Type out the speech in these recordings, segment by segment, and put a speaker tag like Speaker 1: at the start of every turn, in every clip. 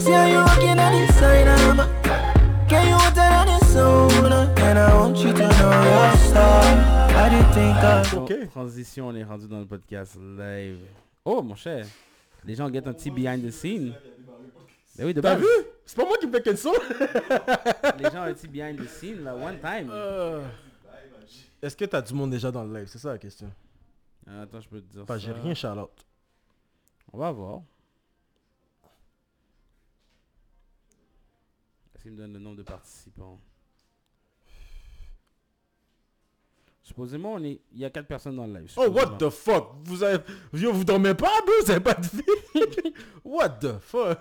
Speaker 1: See how you walking on this side of my Can you want that on this sooner And I want you to know you're star How do you think I
Speaker 2: Ok. Transition, on est rendu dans le podcast live. Oh, mon cher. Les gens guettent un petit behind the scene. Ben oui, de
Speaker 3: T'as
Speaker 2: base.
Speaker 3: vu C'est pas moi qui me fais qu'une soul.
Speaker 2: Les gens ont un petit behind the scene, là, one time.
Speaker 3: Euh. Est-ce que t'as du monde déjà dans le live C'est ça la question.
Speaker 2: Ah, attends, je peux te dire
Speaker 3: Pas
Speaker 2: ça.
Speaker 3: Bah, j'ai rien Charlotte.
Speaker 2: On va voir. Est-ce qu'il me donne le nombre de participants Supposément, on est... il y a 4 personnes dans le live.
Speaker 3: Oh what
Speaker 2: supposément.
Speaker 3: the fuck Vous avez Yo, vous dormez pas, bro Vous avez pas de vie What the fuck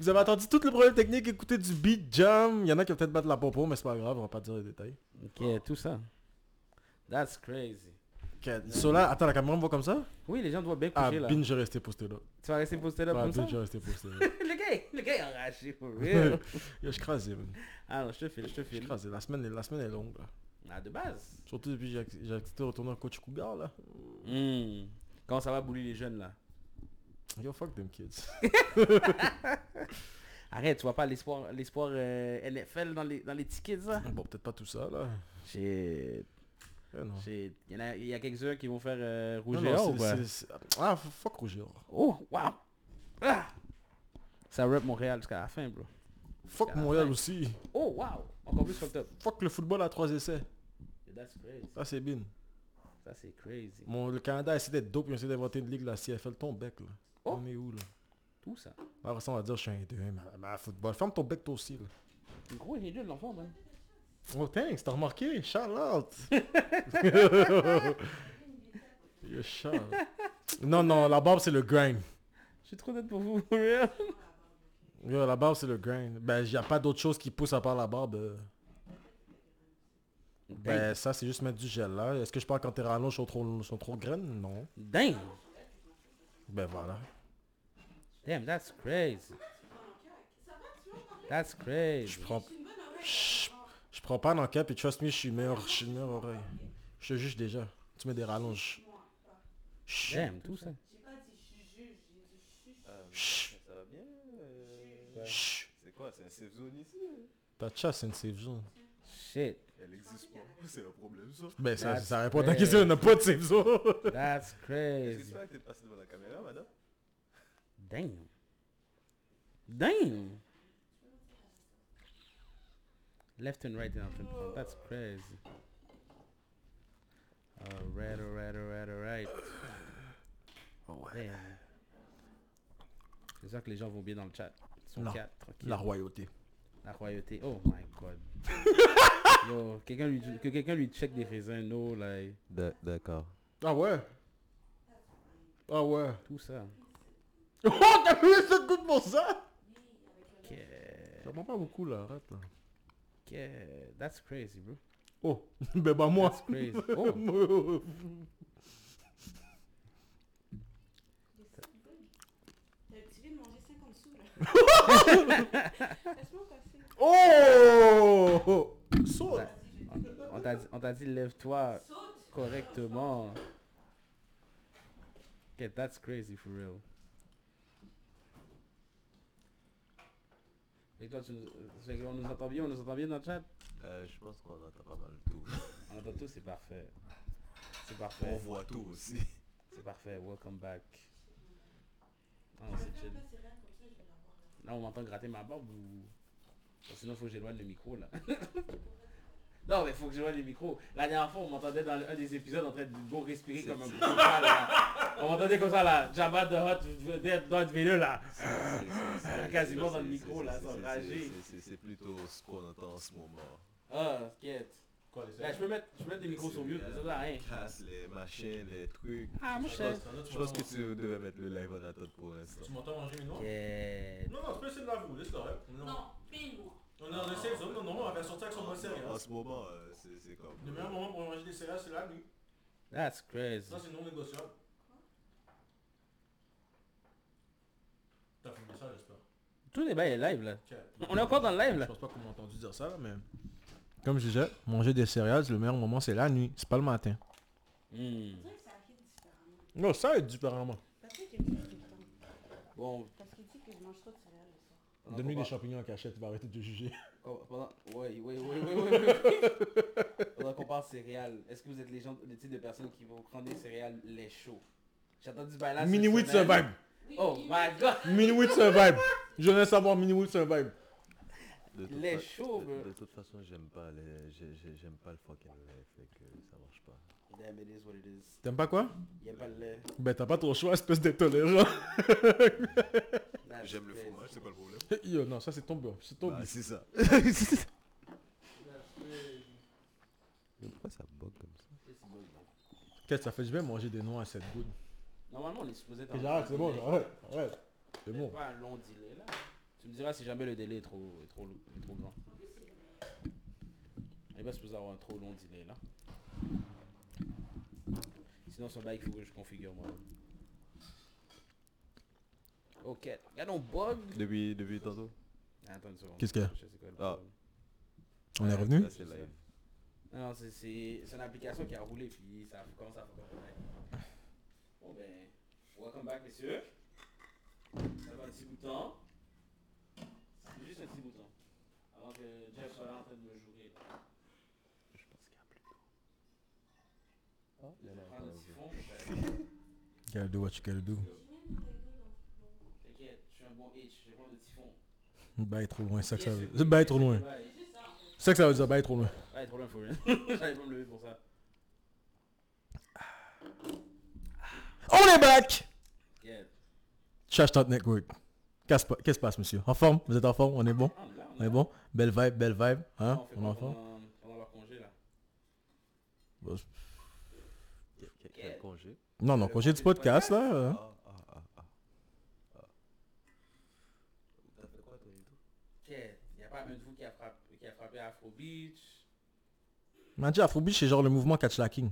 Speaker 3: Vous avez entendu tout le problème technique, écouter du beat jam. Il y en a qui vont peut-être battre la popo, mais c'est pas grave, on va pas dire les détails.
Speaker 2: Ok, tout ça. That's crazy.
Speaker 3: Ok, so là, attends, la caméra me voit comme ça
Speaker 2: Oui, les gens doivent bien coucher
Speaker 3: Ah,
Speaker 2: là.
Speaker 3: binge resté posté là.
Speaker 2: Tu vas rester posté là
Speaker 3: Ah,
Speaker 2: comme ça
Speaker 3: binge resté posté là.
Speaker 2: Le gars, est- le gars est enragé, for real.
Speaker 3: Yo, je suis crasé, man.
Speaker 2: Alors, je te file, je te
Speaker 3: Je suis
Speaker 2: file.
Speaker 3: crasé. La semaine, est- la semaine est longue, là.
Speaker 2: Ah, de base.
Speaker 3: Surtout depuis que j'ai ac- j'ai accepté de retourner en coach Cougar, là.
Speaker 2: Hmm. Comment ça va bouler les jeunes là
Speaker 3: Yo, fuck them kids.
Speaker 2: Arrête, tu vois pas l'espoir l'espoir euh, NFL dans les, dans les tickets ça
Speaker 3: bon, peut-être pas tout ça, là.
Speaker 2: Shit.
Speaker 3: Eh, non.
Speaker 2: Il y, en a, y a quelques-uns qui vont faire euh, rouge
Speaker 3: Non,
Speaker 2: et
Speaker 3: non,
Speaker 2: or,
Speaker 3: c'est-
Speaker 2: ou quoi?
Speaker 3: c'est- c'est- Ah, f- fuck Rouge et Or.
Speaker 2: Oh, wow! Ah! Ça rep Montréal jusqu'à la fin, bro.
Speaker 3: Fuck
Speaker 2: Ah,
Speaker 3: Montréal
Speaker 2: ouais.
Speaker 3: aussi.
Speaker 2: Oh, wow! Encore plus fucked up.
Speaker 3: Fuck le football à trois essais.
Speaker 2: That's crazy.
Speaker 3: Ça, c'est bien.
Speaker 2: Ça, c'est crazy.
Speaker 3: Mon, le Canada essaie d'être dope, ils essaie d'inventer une ligue, la CFL, ton bec, là.
Speaker 2: Oh.
Speaker 3: On est où, là Ah,
Speaker 2: Tout ça.
Speaker 3: Après ça, on va dire, je suis un deux, mais mais à football. Ferme ton bec, toi aussi, là.
Speaker 2: Gros, j'ai nul, l'enfant, man.
Speaker 3: Oh, thanks, t'as remarqué Charlotte Yo, Charlotte. Non, non, la barbe, c'est le grind.
Speaker 2: Je suis trop net pour vous, for real.
Speaker 3: Yo, la barbe, c'est le grind. Ben, y a pas d'autre chose qui pousse à part la barbe. euh. Ben, ça, c'est juste mettre du gel, là. Est-ce que je parle quand tes rallonges sont trop, sont trop graines Non.
Speaker 2: Damn!
Speaker 3: Ben, voilà.
Speaker 2: Damn, that's crazy. That's
Speaker 3: Je
Speaker 2: crazy.
Speaker 3: prends... Je, je prends pas d'enquête, et trust me, je suis meilleur, je suis une meilleure oreille. Je te juge déjà. Tu mets des rallonges. Chut,
Speaker 2: Damn, tout ça.
Speaker 3: chut,
Speaker 4: Ça va bien euh,
Speaker 3: chut.
Speaker 4: C'est quoi C'est un safe zone ici
Speaker 3: Ta chasse, c'est une safe zone.
Speaker 2: Shit.
Speaker 4: Elle existe pas. C'est un problème ça.
Speaker 3: Ben, ça,
Speaker 2: That's
Speaker 3: ça répond à ta
Speaker 2: fair.
Speaker 3: question, on n'a pas de safe zone.
Speaker 2: That's
Speaker 4: Est-ce que tu
Speaker 2: crazy.
Speaker 4: peux arrêter de passer devant la caméra, madame
Speaker 2: Damn. Damn. Left and right in train de prendre. That's crazy. Alright, alright, alright, alright. Damn. C'est ça que les gens vont bien dans le chat. Ils sont
Speaker 3: La-
Speaker 2: quatre, tranquille.
Speaker 3: La
Speaker 2: La,
Speaker 3: royauté.
Speaker 2: royauté. Oh my god. Yo, quelqu'un lui, que quelqu'un lui check des raisins, no, like,
Speaker 4: D'accord.
Speaker 3: Ah ouais Ah ouais.
Speaker 2: tout ça.
Speaker 3: Oh, t'as vu ça coûte pour ça
Speaker 2: Ok,
Speaker 3: Ça prend pas beaucoup là, arrête là.
Speaker 2: ok, That's crazy, bro.
Speaker 3: Oh, ben bah moi.
Speaker 2: That's crazy. Oh,
Speaker 5: Tu viens de manger 50 sous là. Laisse-moi passer.
Speaker 3: Oh Saute
Speaker 2: On t'a dit, on t'a dit lève-toi correctement. Okay, that's crazy for real. Et toi, tu nous, c'est qu'on nous entend bien, on nous entend bien dans le chat
Speaker 4: Euh, je pense qu'on entend pas mal tout.
Speaker 2: On entend tout, c'est parfait. C'est
Speaker 4: On
Speaker 2: parfait,
Speaker 4: voit tout aussi.
Speaker 2: c'est parfait, welcome back. Ah, Non, c'est chill. Là, on m'entend gratter ma barbe ou... Parce que Sinon, faut que j'éloigne le micro, là. non, mais faut que j'éloigne le micro. La dernière fois, on m'entendait dans un des épisodes en train de beau respirer comme un gros chat, là. On m'entendait comme ça, là. Jabba de Hot Dead Darth Vader, là.
Speaker 4: C'est- c'est- c'est-
Speaker 2: Quasiment
Speaker 4: c'est-
Speaker 2: dans le
Speaker 4: c'est-
Speaker 2: micro,
Speaker 4: c'est-
Speaker 2: là,
Speaker 4: c'est-
Speaker 2: ça
Speaker 4: c'est-
Speaker 2: enragé.
Speaker 4: c'est- c'est- C'est plutôt ce qu'on entend en ce moment.
Speaker 2: Ah, t'inquiète. Ben, je peux mettre, je peux mettre des micros sur mute,
Speaker 4: C'est
Speaker 2: mais ça
Speaker 4: bien.
Speaker 2: sert à rien.
Speaker 4: Casse les machins, les trucs.
Speaker 2: Ah, moi, je sais.
Speaker 4: Je pense que tu devais mettre le live en attente pour l'instant.
Speaker 3: m'entends manger une noix
Speaker 2: Yeah.
Speaker 3: Non, non, tu peux essayer de la vous, laisse correct.
Speaker 5: Non, paye-moi.
Speaker 3: On est dans le safe zone, non, non, on va sortir avec son bon céréales.
Speaker 4: En ce moment, euh, c'est c'est comme...
Speaker 3: Le meilleur moment pour manger des céréales, c'est la nuit.
Speaker 2: That's crazy.
Speaker 3: Ça, c'est non négociable. T'as fumé ça, j'espère.
Speaker 2: Tout le débat est live, là.
Speaker 3: Ok.
Speaker 2: On est encore dans le live, là.
Speaker 3: Je pense pas qu'on m'a entendu dire ça, là, mais... Comme je disais, manger des céréales, le meilleur moment, c'est la nuit. C'est pas le matin.
Speaker 2: Hmm.
Speaker 5: Je dirais que ça arrive différemment.
Speaker 3: Non, ça est différemment.
Speaker 5: Patrick, il me dit tout le temps.
Speaker 2: Bon,
Speaker 5: Parce qu'il dit que je mange trop de céréales le soir.
Speaker 3: Donne-lui des champignons en cachette, il va arrêter de juger.
Speaker 2: Oh, pendant... Oui, oui, oui, oui, oui, oui. Pendant qu'on parle céréales, est-ce que vous êtes les gens, le type de personnes qui vont prendre des céréales lait chaud J'ai entendu bail là
Speaker 3: Mini
Speaker 2: cette
Speaker 3: Wheat
Speaker 2: semaine.
Speaker 3: Survive.
Speaker 5: Oui,
Speaker 2: Oh
Speaker 5: oui,
Speaker 2: my god
Speaker 3: Mini Wheat Survive. Je laisse savoir Mini Wheat Survive.
Speaker 4: De toute
Speaker 2: Lait
Speaker 4: fa-
Speaker 2: chaud,
Speaker 4: de-
Speaker 2: bro.
Speaker 4: De toute façon, j'aime pas les... j'ai- j'ai- J'aime pas le fucking lait, fait que ça marche pas.
Speaker 2: Damn, it is what it is.
Speaker 3: T'aimes pas quoi
Speaker 2: Y'a pas le lait.
Speaker 3: Ben t'as pas trop le choix, espèce d'intolérant.
Speaker 2: That's
Speaker 4: J'aime le
Speaker 2: crazy.
Speaker 4: fromage, Ah, c'est pas le problème.
Speaker 3: Yo, non, ça c'est ton beurre, c'est ton
Speaker 4: Bah,
Speaker 3: bif.
Speaker 4: c'est ça. Mais pourquoi ça bug comme ça
Speaker 2: It's good, man.
Speaker 3: Qu'est-ce que ça fait Je vais manger des noix à cette goutte.
Speaker 2: Normalement, on est supposé... être en-
Speaker 3: J'arrête, c'est bon, j'arrête, arrête. C'est
Speaker 2: C'est
Speaker 3: bon.
Speaker 2: pas un long délai, là. Tu me diras si jamais le délai est trop, est trop, lo- est trop grand. Eh Il n'est pas supposé avoir un trop long délai, là. Sinon, son bail, il faut que je configure, moi. Ok. Y'a non bug
Speaker 4: Depuis, depuis tantôt
Speaker 2: Attends une seconde.
Speaker 3: Qu'est-ce qu'il y a
Speaker 2: Je sais quoi le
Speaker 4: Ah.
Speaker 2: problème.
Speaker 3: On est revenu
Speaker 4: Là, c'est live.
Speaker 2: Non, non, c'est- c'est c'est une application qui a roulé, puis ça commence à faire Bon ben, welcome back, messieurs. Ça fait un petit bout de temps. C'est juste un petit bout de temps. Avant que Jeff soit là en train de me jouer.
Speaker 4: Je pense qu'il y a
Speaker 2: Je vais
Speaker 3: Oh,
Speaker 4: plus
Speaker 2: prendre un petit fond,
Speaker 3: Gotta do what you gotta do.
Speaker 2: T'inquiète, je suis un bon itch, je vais prendre un petit fond.
Speaker 3: Bye trop loin, ça que ça veut dire. Bye trop loin.
Speaker 2: Ouais,
Speaker 3: C'est ça que ça veut dire, bye trop loin.
Speaker 2: Ouais, trop hein. loin, faut rien. J'allais pas me lever pour ça.
Speaker 3: On est back
Speaker 2: T'inquiète.
Speaker 3: Trash Talk Network. Qu'est-ce pas- qu'est-ce qui se passe, monsieur En forme Vous êtes en forme On est bon
Speaker 2: Ah, on est là, on
Speaker 3: On
Speaker 2: est
Speaker 3: est
Speaker 2: là.
Speaker 3: bon Belle vibe, belle vibe. Hein
Speaker 2: On fait
Speaker 3: On est
Speaker 2: quoi
Speaker 3: en forme
Speaker 2: pendant, pendant leur congé, là
Speaker 3: Bon, c'est-
Speaker 4: Quel, quel- quel congé
Speaker 3: Non, non, congé du podcast, là. euh,
Speaker 4: Ah, ah, ah, ah. ah. T'as fait quoi, toi, et tout
Speaker 2: T'inquiète, y'a pas un de vous qui a frappé, qui a frappé à Afro Beach.
Speaker 3: M'a dit Afrobeat, c'est genre le mouvement catch-lacking.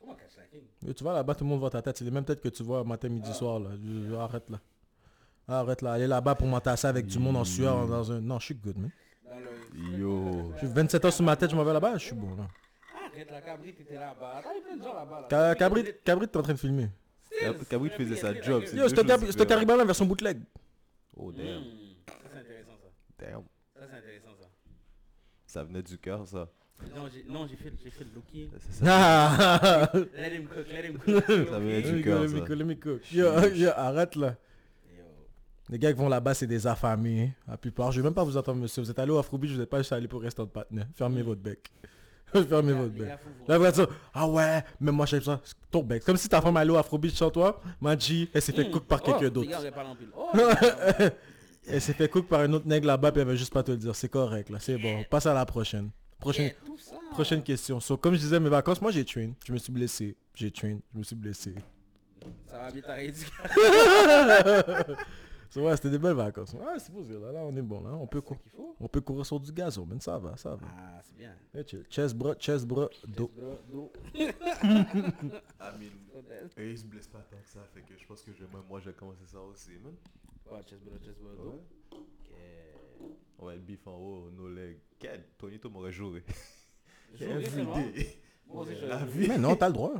Speaker 2: Comment catch la king
Speaker 3: Tu vas là-bas, tout le monde voit ta tête. C'est les mêmes têtes que tu vois matin, midi,
Speaker 2: Ah.
Speaker 3: soir. Là. Je- je- Arrête là. Arrête là. Aller là-bas pour m'entasser avec du monde en sueur dans un... Non, je suis good, man.
Speaker 2: Dans le...
Speaker 4: Yo.
Speaker 3: Je suis 27 heures sur ma tête, je m'en vais là-bas, je suis bon là.
Speaker 2: Arrête la cabri, t'étais là-bas. Attends, il y a plein de gens là-bas. Là.
Speaker 3: Ca- Cabrit, Cabrit t'es en train de filmer.
Speaker 4: Cab- Cabrit faisait sa job, c'est-
Speaker 3: Yo,
Speaker 4: deux
Speaker 3: c'était
Speaker 4: choses
Speaker 3: Cabri- c'était
Speaker 4: différentes.
Speaker 3: Caribana version bootleg.
Speaker 4: Oh, damn.
Speaker 2: Mmh. Ça, c'est intéressant, ça.
Speaker 4: Damn.
Speaker 2: Ça, c'est intéressant, ça.
Speaker 4: Ça venait du cœur, ça.
Speaker 2: Non, j'ai, non, j'ai fait, j'ai fait le looking.
Speaker 4: Ça- ça-
Speaker 3: Ah
Speaker 2: Let him cook, let him cook.
Speaker 4: Ça venait
Speaker 3: Let
Speaker 4: du
Speaker 3: me go,
Speaker 4: cœur,
Speaker 3: let
Speaker 4: ça.
Speaker 3: me go, let me go. Yo, yo, arrête là.
Speaker 2: Yo.
Speaker 3: Les gars qui vont là-bas, c'est des affamés. hein. La plupart, je vais même pas vous entendre, monsieur. Vous êtes allé au Afrobeat, vous n'êtes pas juste allé pour restaurant de partenaire. Fermez votre bec. Fermez votre
Speaker 2: Les
Speaker 3: bec.
Speaker 2: gars, faut vous-
Speaker 3: Là, vous allez dire, ah ouais, mais moi, j'aime ça. C'est Ton bec. C'est Comme si ta femme allait au Afrobeat chez toi, m'a dit, elle s'est fait cook par
Speaker 2: Oh,
Speaker 3: quelqu'un
Speaker 2: Les gars,
Speaker 3: d'autre.
Speaker 2: on parle en pile. Oh,
Speaker 3: Elle s'est fait cook par un autre nègre là-bas, puis elle veut juste pas te le dire. C'est correct, là. C'est bon. Passe à la prochaine. Prochaine,
Speaker 2: tout ça.
Speaker 3: prochaine question. So, comme je disais, mes vacances, moi, j'ai train. Je me suis blessé. J'ai train. Je me suis blessé.
Speaker 2: Ça va vite arrêter.
Speaker 3: So, ouais, c'était des belles vacances. Ouais, c'est possible. Là, là, on est bon. Là, on peut, cou-
Speaker 2: qu'il faut.
Speaker 3: on peut courir sur du gazon, man. Ça va, ça va.
Speaker 2: Ah, c'est bien.
Speaker 3: Eh, chill. Chest, bras, chest, bras, dos.
Speaker 2: Bro, do.
Speaker 4: Amine. Et Ah, il se blesse pas tant que ça, fait que je pense que je vais- moi, moi, je vais commencer ça aussi, man.
Speaker 2: Oh, chest bro, chest bro, do. Ok.
Speaker 4: On va être bif en haut, nos legs. Quel Tonito m'aurait joué.
Speaker 2: J'aurais vraiment-
Speaker 4: Everyday.
Speaker 2: Moi aussi,
Speaker 4: La
Speaker 2: j'aurais-
Speaker 4: vie.
Speaker 3: Mais non, t'as le droit.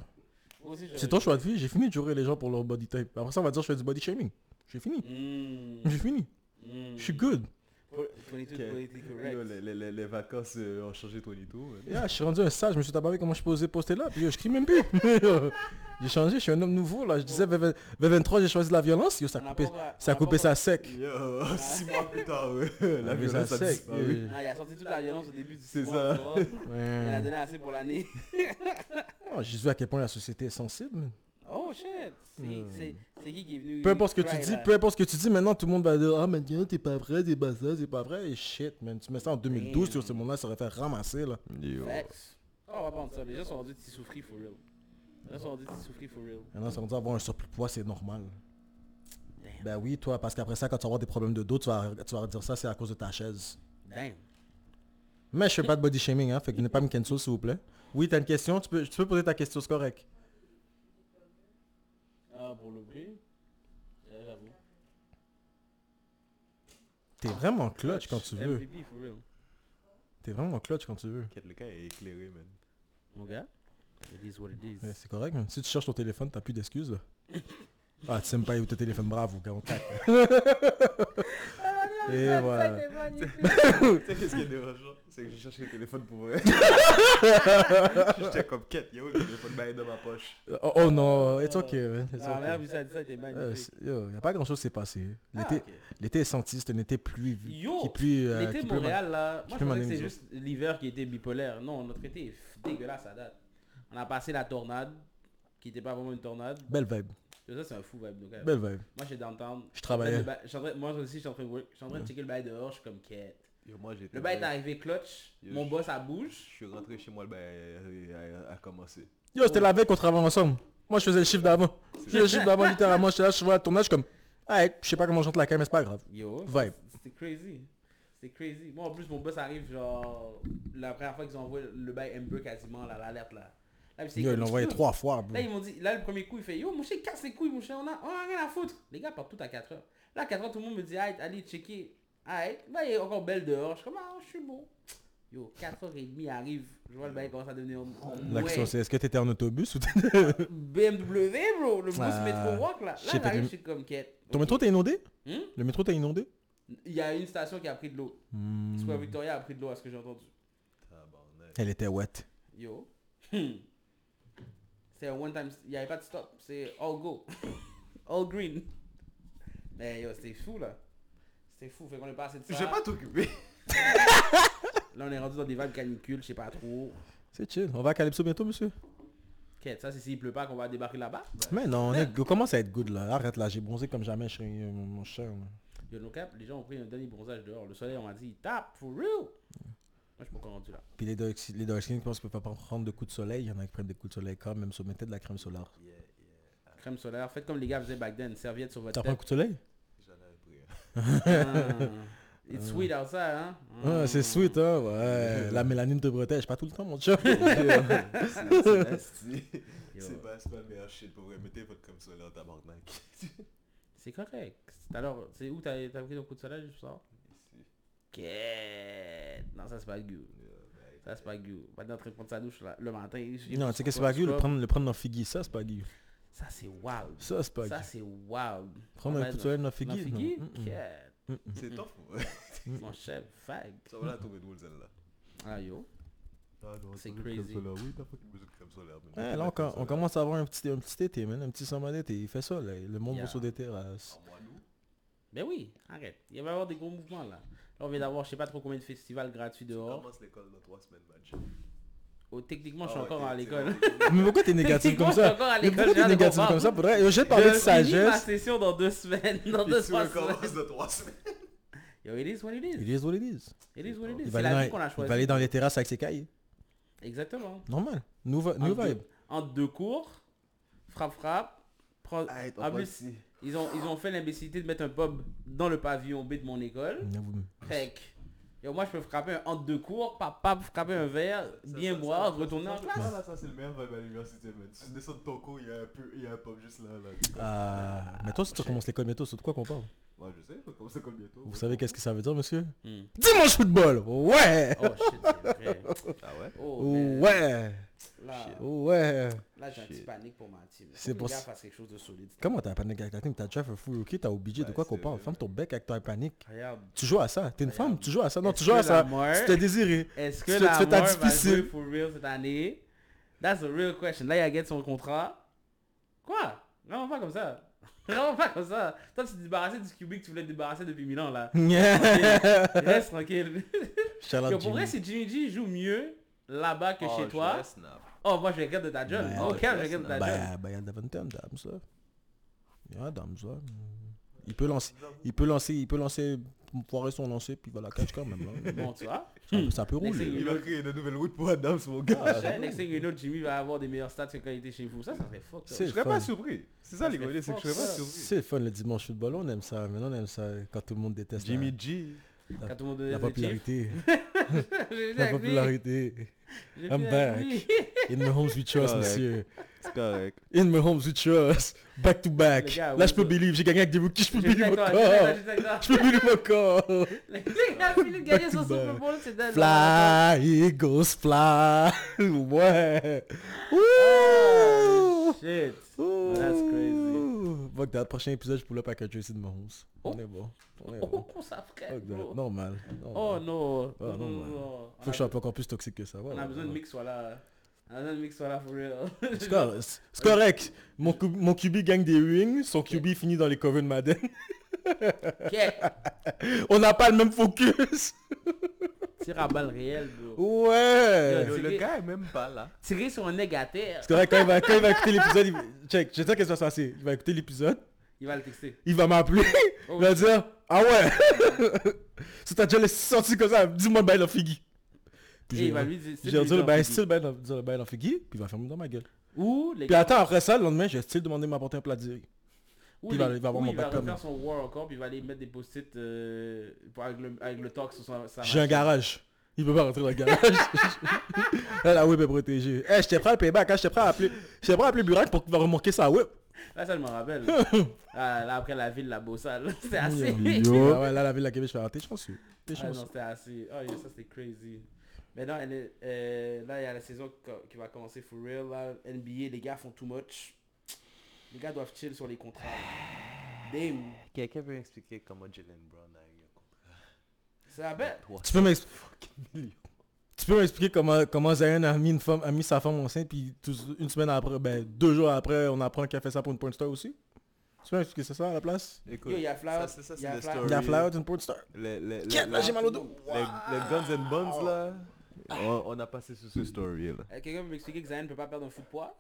Speaker 2: moi aussi, j'aurais-
Speaker 3: C'est ton choix de vie. J'ai fini de jurer les gens pour leur body type. Après ça, on va dire je fais du body shaming. J'ai fini.
Speaker 2: Mmh.
Speaker 3: J'ai fini.
Speaker 2: Mmh.
Speaker 3: Je suis good.
Speaker 2: Po- 22
Speaker 4: Ok.
Speaker 2: politically
Speaker 4: Yo,
Speaker 2: correct.
Speaker 4: les, les- les- les vacances euh, ont changé Tonito, man.
Speaker 3: Yeah, je suis rendu un sage. Je me suis tabarré comment je posais poster là. Puis yo, je crie même plus. j'ai changé. Je suis un homme nouveau là. Je disais vers vingt- vers 23, j'ai choisi la violence. Yo, ça a
Speaker 2: On a
Speaker 3: coupé,
Speaker 2: pas- on a
Speaker 3: ça a
Speaker 2: pas-
Speaker 3: coupé ça sec.
Speaker 4: Yo, six mois plus tard, ouais, la
Speaker 3: Mais ça
Speaker 4: violence a
Speaker 3: sec.
Speaker 4: disparu.
Speaker 3: euh,
Speaker 2: Ah, il a sorti toute la violence au début du
Speaker 4: C'est
Speaker 2: mois,
Speaker 4: ça.
Speaker 2: tu vois. Il en a
Speaker 3: ouais.
Speaker 2: donné assez pour l'année.
Speaker 3: Oh, J'ai vu à quel point la société est sensible. man.
Speaker 2: Oh shit. C'est c'est- c'est qui qui est venu.
Speaker 3: Hmm. Peu importe ce que tu
Speaker 2: cry,
Speaker 3: dis,
Speaker 2: là?
Speaker 3: peu importe ce que tu dis, maintenant tout le monde va dire Ah, mais gars, t'es pas vrai, t'es pas ça, t'es pas vrai. Et shit, man. Tu mets ça en 2012, sur ce monde-là, ça aurait fait ramasser là.
Speaker 4: Yo.
Speaker 2: Facts. Oh, on va prendre ça. Les gens sont rendus de souffrir for real. Les gens sont rendus de souffrir for real.
Speaker 3: Maintenant, ça veut dire avoir un surplus de poids, c'est normal.
Speaker 2: Damn.
Speaker 3: Ben oui, toi, parce qu'après ça, quand tu vas avoir des problèmes de dos, tu vas, tu vas dire ça, c'est à cause de ta chaise.
Speaker 2: Damn.
Speaker 3: Mais je fais pas de body shaming, hein, fait que venez pas me cancel, s'il vous plaît. Oui, t'as une question, tu peux, tu peux poser ta question, c'est correct.
Speaker 2: Ah, pour le prix. euh, J'avoue.
Speaker 3: T'es vraiment clutch quand tu veux.
Speaker 2: MVP for real.
Speaker 3: T'es vraiment clutch quand tu veux.
Speaker 4: Quel- Le gars est éclairé, man.
Speaker 2: Mon gars. It is what it is.
Speaker 3: Ouais, c'est correct, même si tu cherches ton téléphone, t'as plus d'excuses. là. Ah, tu sais même pas où ton téléphone, bravo, gars, on claque. Et voilà.
Speaker 4: Tu sais qu'est-ce qui est dérangeant C'est que j'ai cherché le téléphone pour vrai. J'étais comme quête, yo, le téléphone bail dans ma poche.
Speaker 3: Oh, oh non, it's okay, man. It's
Speaker 2: Ah,
Speaker 3: okay.
Speaker 2: merde, ça, ça a été
Speaker 3: Euh,
Speaker 2: magnifique.
Speaker 3: c'est- yo, y a pas grand chose qui s'est passé.
Speaker 2: Ah,
Speaker 3: L'été
Speaker 2: ok.
Speaker 3: l'été est senti, c'est un été plus
Speaker 2: Yo,
Speaker 3: qui plus euh,
Speaker 2: L'été
Speaker 3: qui
Speaker 2: de
Speaker 3: pleut mal-
Speaker 2: Montréal, là, moi je pensais que
Speaker 3: peux m'en
Speaker 2: c'est
Speaker 3: aller,
Speaker 2: juste l'hiver qui était bipolaire. Non, notre été est f- dégueulasse à date. On a passé la tornade, qui n'était pas vraiment une tornade.
Speaker 3: Belle vibe,
Speaker 2: Ça, c'est un fou vibe. donc, euh,
Speaker 3: belle vibe.
Speaker 2: Moi, j'étais downtown.
Speaker 3: Ben, Je travaillais.
Speaker 2: Le bail- je suis en train- Moi aussi, je suis en train de, work- je suis en train de checker le bail dehors, je suis comme quête.
Speaker 4: Yo, moi j'étais.
Speaker 2: Le hein. bail est arrivé clutch,
Speaker 4: Yo,
Speaker 2: mon
Speaker 4: je-
Speaker 2: boss à
Speaker 4: Je
Speaker 2: bouge.
Speaker 4: suis rentré chez moi, le bail a, a- a commencé.
Speaker 3: Yo, c'était la veille qu'on travaillait ensemble. Moi, je faisais le chiffre d'avant. Je faisais le chiffre d'avant, littéralement. J'étais là, je vois la tournage, je suis comme... Ah, je sais pas comment je rentre la cam, mais c'est pas grave.
Speaker 2: Yo,
Speaker 3: Vibe.
Speaker 2: c'était crazy. C'était crazy. Moi, en plus, mon boss arrive, genre, la première fois qu'ils ont envoyé le bail Amber quasiment, là, l'alerte, là. là puis c'est
Speaker 3: Yo, il
Speaker 2: comme, Ben,
Speaker 3: l'a envoyé
Speaker 2: yo,
Speaker 3: trois fois, bro.
Speaker 2: Là, ils m'ont dit, là, le premier coup, il fait, yo, mon chien, casse les couilles, mon chien, on a, on a rien à foutre. Les gars partent tout à 4h. Là, à 4h, tout le monde me dit, allez, allez checker. Allez, bah, il est encore belle dehors. Je suis comme, ah, je suis bon. Yo, 4h30 arrive. Je vois le bail commence à devenir en
Speaker 3: Oh, La question,
Speaker 2: mouais.
Speaker 3: c'est est-ce que t'étais en autobus ou t'es...
Speaker 2: BMW, bro. Le bus
Speaker 3: Ah,
Speaker 2: métro walk, là.
Speaker 3: je
Speaker 2: Là,
Speaker 3: sais pas,
Speaker 2: j'arrive,
Speaker 3: tu-
Speaker 2: je suis comme, quête.
Speaker 3: Ton
Speaker 2: Ok.
Speaker 3: métro t'es inondé
Speaker 2: Hmm?
Speaker 3: Le métro t'es inondé
Speaker 2: Il y a une station qui a pris de l'eau.
Speaker 3: Hmm,
Speaker 2: Square Victoria a pris de l'eau, à ce que j'ai entendu.
Speaker 4: Tabarnak.
Speaker 3: Elle était wet.
Speaker 2: Yo. Hmm. C'est un one time. Il n'y avait pas de stop. C'est all go. all green. Mais yo, c'était fou là. C'était fou. Fait qu'on est passé de
Speaker 4: Je
Speaker 2: ça.
Speaker 4: vais pas t'occuper.
Speaker 2: Là on est rendu dans des vagues canicules, je sais pas trop.
Speaker 3: C'est chill. On va à Calypso bientôt, monsieur.
Speaker 2: Quête, ça c'est s'il pleut pas qu'on va débarquer là-bas.
Speaker 3: Ben, Mais non, on, est- on commence à être good là. Arrête là, j'ai bronzé comme jamais, je suis euh, mon cher. là.
Speaker 2: Yo, no cap, les gens ont pris un dernier bronzage dehors. Le soleil on m'a dit, tape, for real. Moi je suis pas encore rendu là.
Speaker 3: Puis les dark, les dark skin, je pense qu'ils peuvent pas prendre de coups de soleil. Il y en a qui prennent des coups de soleil quand même, se mettaient de la crème solaire.
Speaker 2: Crème solaire, faites comme les gars faisaient back then, serviette sur votre
Speaker 3: T'as pris un
Speaker 2: tête.
Speaker 3: coup de soleil
Speaker 4: J'en hein. avais
Speaker 2: Ah.
Speaker 4: pris.
Speaker 2: It's sweet outside, hein.
Speaker 3: Ouais, c'est
Speaker 2: Ah.
Speaker 3: sweet, hein. Ouais, la mélanine te protège pas tout le temps, mon chum.
Speaker 4: un. C'est- c'est nasty.
Speaker 2: Yo.
Speaker 4: C'est pas, c'est pas le meilleur shit pour vrai. Mettez votre comme ça là, tabarnak.
Speaker 2: C'est correct. Alors, c'est où t'as t'as pris ton coup de soleil, je sens
Speaker 4: Ici.
Speaker 2: Quête. Non, ça c'est pas good.
Speaker 4: Yo, ben,
Speaker 2: Ça c'est pas good. Pas d'entrer prendre sa douche là, le matin. je-
Speaker 3: non,
Speaker 2: je-
Speaker 3: tu sais que c'est
Speaker 2: je-
Speaker 3: pas gay,
Speaker 2: je-
Speaker 3: le prendre, le prendre dans Figgy, ça c'est pas gay.
Speaker 2: Ça c'est wild.
Speaker 3: Ça c'est pas
Speaker 2: Ça
Speaker 3: gay.
Speaker 2: c'est wild.
Speaker 3: Prendre un coup de soleil dans Figgy. non.
Speaker 2: Figui
Speaker 3: Mm-mm.
Speaker 2: Quête.
Speaker 4: C'est tough pour vrai.
Speaker 2: Mon chef, vague.
Speaker 4: Ça va la trouver d'où celle-là.
Speaker 2: Ah yo.
Speaker 4: Ah non,
Speaker 2: C'est
Speaker 4: t'as vu le crème
Speaker 2: crazy.
Speaker 4: solaire. Oui, t'as pas une musique comme solaire. mais
Speaker 3: Ouais, là,
Speaker 4: mettez la
Speaker 3: on,
Speaker 4: crème
Speaker 3: com- on
Speaker 4: solaire.
Speaker 3: commence à avoir un petit, un petit été, man, un petit summer d'été. Il fait ça, là. Le monde
Speaker 2: Yeah.
Speaker 3: va sur des terrasses.
Speaker 4: En mois d'août.
Speaker 2: Ben oui, arrête. Il va y avoir des gros mouvements là. Là on vient d'avoir je sais pas trop combien de festivals gratuits
Speaker 4: On
Speaker 2: dehors.
Speaker 4: commence l'école dans trois semaines, match.
Speaker 2: Oh, techniquement je
Speaker 4: Ah
Speaker 2: suis
Speaker 4: ouais,
Speaker 2: encore
Speaker 4: t'es-
Speaker 2: à
Speaker 4: t'es
Speaker 2: l'école.
Speaker 4: vraiment-
Speaker 3: Mais pourquoi t'es négatif comme
Speaker 2: Techniquement, je suis
Speaker 3: ça
Speaker 2: encore à
Speaker 3: Mais
Speaker 2: l'école. hein,
Speaker 3: pourquoi
Speaker 2: j'ai
Speaker 3: t'es
Speaker 2: hâte de
Speaker 3: négatif
Speaker 2: comprendre.
Speaker 3: comme ça Faudrait- Yo, J'ai
Speaker 2: Je
Speaker 3: parlé de
Speaker 2: finis ma
Speaker 3: sagesse.
Speaker 2: session dans deux semaines. Dans deux
Speaker 4: Ici,
Speaker 2: trois
Speaker 4: on
Speaker 2: semaines.
Speaker 4: commence dans trois semaines.
Speaker 2: Yo, it is what it is.
Speaker 3: Il est what it is.
Speaker 2: It is what it is.
Speaker 3: Il va
Speaker 2: C'est la vie
Speaker 3: aller
Speaker 2: qu'on
Speaker 3: dans-
Speaker 2: a
Speaker 3: il va aller
Speaker 2: choisie.
Speaker 3: dans les terrasses avec ses cailles.
Speaker 2: Exactement.
Speaker 3: Normal. New vi-
Speaker 2: En
Speaker 3: new
Speaker 2: deux,
Speaker 3: vibe.
Speaker 2: en deux cours, frappe frappe. pro-
Speaker 3: Ah,
Speaker 4: Arrête,
Speaker 2: en plus, ils ont, ils ont fait l'imbécilité de mettre un pub dans le pavillon B de mon école. Fait que, yo, moi je peux frapper un entre deux cours, papa frapper un verre, bien boire, retourner en classe.
Speaker 4: Ça, ça c'est le meilleur vibe à l'université, man. Tu descends de ton cours, il y a un peu, il y a un pub juste là, là.
Speaker 3: Ah, mais toi, si tu commences l'école bientôt, c'est de quoi qu'on parle
Speaker 4: Moi, je sais, faut commencer comme bientôt.
Speaker 3: Vous savez qu'est-ce que ça veut dire, monsieur
Speaker 2: Hmm.
Speaker 3: Dimanche football Ouais
Speaker 2: Oh shit, c'est vrai.
Speaker 4: Ah ouais
Speaker 2: Oh, man.
Speaker 3: Ouais
Speaker 2: Là,
Speaker 3: Ouais
Speaker 2: là j'ai un petit
Speaker 4: Shit.
Speaker 2: panique pour ma team.
Speaker 3: C'est
Speaker 2: Faut
Speaker 3: pour
Speaker 2: que les gars
Speaker 3: ça-
Speaker 2: fassent quelque chose de solide.
Speaker 3: Comment t'as panique avec ta team T'as déjà fait full rookie, t'as obligé de
Speaker 4: Ouais,
Speaker 3: quoi qu'on
Speaker 4: c'est
Speaker 3: parle
Speaker 4: vrai,
Speaker 3: Ferme ton bec avec ta panique.
Speaker 2: Regarde.
Speaker 3: Tu joues à ça, t'es une
Speaker 2: Regarde.
Speaker 3: femme, tu joues à ça. Non,
Speaker 2: Est-ce
Speaker 3: tu joues
Speaker 2: que
Speaker 3: à ça.
Speaker 2: l'amour-
Speaker 3: Tu t'es désiré.
Speaker 2: Est-ce
Speaker 3: Tu
Speaker 2: que
Speaker 3: te- tu
Speaker 2: la
Speaker 3: fais ta
Speaker 2: mort va
Speaker 3: difficile.
Speaker 2: jouer for real cette année That's a real question. Là, il a get son contrat. Quoi Vraiment pas comme ça. Vraiment pas comme ça. Toi, tu t'es débarrassé du QB que tu voulais te débarrasser depuis mille ans, là. Reste tranquille.
Speaker 3: Shout out
Speaker 2: Yo, pour vrai,
Speaker 3: Jimmy.
Speaker 2: si Jimmy G joue mieux là-bas que
Speaker 4: Oh,
Speaker 2: chez toi, oh, moi, je regarde de ta job.
Speaker 3: Ouais,
Speaker 2: oh,
Speaker 4: je
Speaker 2: Cam, je
Speaker 4: reste
Speaker 2: regarde de ta job.
Speaker 3: Bah, bah, il y a Davante Adams, là. Il y a Adams, là. Il peut lancer, il peut lancer, il peut lancer, foirer son lancer, puis il va la catch quand même, hein. là.
Speaker 2: Bon, tu vois.
Speaker 3: Ça- Ça peut
Speaker 2: Next
Speaker 3: rouler.
Speaker 2: thing
Speaker 4: Il
Speaker 2: you
Speaker 4: va
Speaker 2: know-
Speaker 4: créer de nouvelles routes pour Adams, mon
Speaker 3: Ah,
Speaker 4: gars.
Speaker 2: prochain, next thing you know, Jimmy va avoir des meilleurs stats que quand il était chez vous. Ça, ça serait fucked up.
Speaker 3: C'est
Speaker 4: Je serais
Speaker 3: fun.
Speaker 4: pas surpris. C'est ça,
Speaker 2: Ça
Speaker 4: les
Speaker 2: serait
Speaker 4: gars, c'est que je serais
Speaker 2: fort,
Speaker 4: pas
Speaker 2: ça.
Speaker 4: surpris.
Speaker 3: C'est fun le dimanche football, on aime ça, mais on aime ça quand tout le monde déteste la-
Speaker 4: G.
Speaker 2: Quand tout le monde
Speaker 3: la,
Speaker 2: donnait des chiffres.
Speaker 3: popularité.
Speaker 2: J'ai fini
Speaker 3: La
Speaker 2: avec lui.
Speaker 3: popularité.
Speaker 2: J'ai
Speaker 3: I'm
Speaker 2: fini avec
Speaker 3: back.
Speaker 2: lui.
Speaker 3: In my homes with us,
Speaker 4: Correct.
Speaker 3: monsieur.
Speaker 4: C'est correct.
Speaker 3: In my homes with us. Back to back.
Speaker 2: Le gars,
Speaker 3: Là,
Speaker 2: oui,
Speaker 3: je peux
Speaker 2: ça.
Speaker 3: believe, j'ai gagné avec des rookies, je peux
Speaker 2: J'ai fini
Speaker 3: believe
Speaker 2: avec toi,
Speaker 3: encore.
Speaker 2: j'ai fini avec toi, j'ai fini avec toi.
Speaker 3: Je peux believe encore.
Speaker 2: Les gars, fini de gagner son
Speaker 3: Back to
Speaker 2: Super
Speaker 3: back.
Speaker 2: Bowl, c'est dingue.
Speaker 3: Fly, Eagles, fly. Ouais. Ouh.
Speaker 2: Shit. Oh, That's crazy.
Speaker 3: Ouh. Fuck that, prochain épisode, je pull up avec un Tracy de Mahomes. On est bon. On est bon.
Speaker 2: Oh, ça ferait.
Speaker 3: Fuck that.
Speaker 2: bro.
Speaker 3: Normal.
Speaker 2: Oh
Speaker 3: normal.
Speaker 2: non.
Speaker 3: Ah, non, ouais.
Speaker 2: non.
Speaker 3: Faut que je sois pas encore plus toxique que ça. Ouais,
Speaker 2: On a
Speaker 3: ouais,
Speaker 2: besoin de
Speaker 3: ouais.
Speaker 2: mix, voilà. On a besoin de mix, voilà, for real.
Speaker 3: C'est cor- c'est- c'est correct. Mon, cou- mon QB gagne des rings, son QB finit dans les covers de Madden.
Speaker 2: Ok.
Speaker 3: On n'a pas le même focus.
Speaker 2: Tire à balle réelle, bro.
Speaker 3: Ouais.
Speaker 4: Yo,
Speaker 2: c'est-
Speaker 4: le gars est même pas là.
Speaker 2: Tirer sur un nègre à terre.
Speaker 3: C'est correct, quand il va, quand il va écouter l'épisode, il... check, je sais qu'est-ce qui va se passer. Il va écouter l'épisode,
Speaker 2: Il va le texter.
Speaker 3: il va m'appeler,
Speaker 2: Oh,
Speaker 3: il va dire, ah ouais, si t'as déjà laissé sortir comme ça, dis-moi le bail dans Figgy. Puis
Speaker 2: Et Eh, il va
Speaker 3: j'ai
Speaker 2: lui dire. c'est
Speaker 3: j'ai
Speaker 2: lui
Speaker 3: dit le
Speaker 2: dire,
Speaker 3: bail,
Speaker 2: Figgy.
Speaker 3: style le bail dans- dire le bail dans Figgy, puis il va fermer dans ma gueule.
Speaker 2: Ou les
Speaker 3: Puis attends, après ça, le lendemain, j'ai style demandé de m'apporter un plat de riz.
Speaker 2: Ou
Speaker 3: Puis il va- il va avoir
Speaker 2: ou
Speaker 3: mon
Speaker 2: il va
Speaker 3: bac permis.
Speaker 2: refaire son war encore, puis il va aller mettre des post-it euh, pour- avec, le, avec le talk sur sa, sa
Speaker 3: J'ai un
Speaker 2: machine.
Speaker 3: garage. Il peut pas rentrer dans le garage. Là, la whip est protégée. Eh, j'étais prêt à le payback, hein, j'étais prêt à appeler, j'étais prêt à appeler Burak pour qu'il va remorquer sa whip.
Speaker 2: Là, ça, je me rappelle. ah, là, après la ville, la Bossale. C'était assez.
Speaker 3: Ah ouais, là, la ville de la Québec, je fais, ah, t'es chanceux. T'es
Speaker 2: Ah
Speaker 3: chanceux.
Speaker 2: non, c'était assez. Oh, yo, ça c'était crazy. Mais non, elle est- euh, là, il y a la saison co- qui va commencer for real. Là, NBA, les gars font too much. Les gars doivent chill sur les contrats. Damn.
Speaker 4: Quelqu'un peut m'expliquer comment Jalen Brown a eu un contrat
Speaker 2: C'est la bête.
Speaker 3: Tu peux m'expliquer. Tu peux m'expliquer comment, comment Zion a mis, une femme, a mis sa femme enceinte, puis tous- une semaine après, ben deux jours après, on apprend qu'il a fait ça pour une porn star aussi Tu peux m'expliquer c'est ça à la place
Speaker 4: Écoute,
Speaker 2: Yo, il y a Flower.
Speaker 4: ça, c'est- ça,
Speaker 2: il
Speaker 4: c'est
Speaker 2: y a
Speaker 4: le
Speaker 2: Flower.
Speaker 4: story.
Speaker 3: Il a fly out une porn star.
Speaker 4: les, les, les,
Speaker 3: Quête, là, j'ai mal au dos.
Speaker 4: les- les Guns and Buns là, on, on a passé sous ce story là.
Speaker 2: Euh, Quelqu'un peut m'expliquer que Zion ne peut pas perdre un foot de poids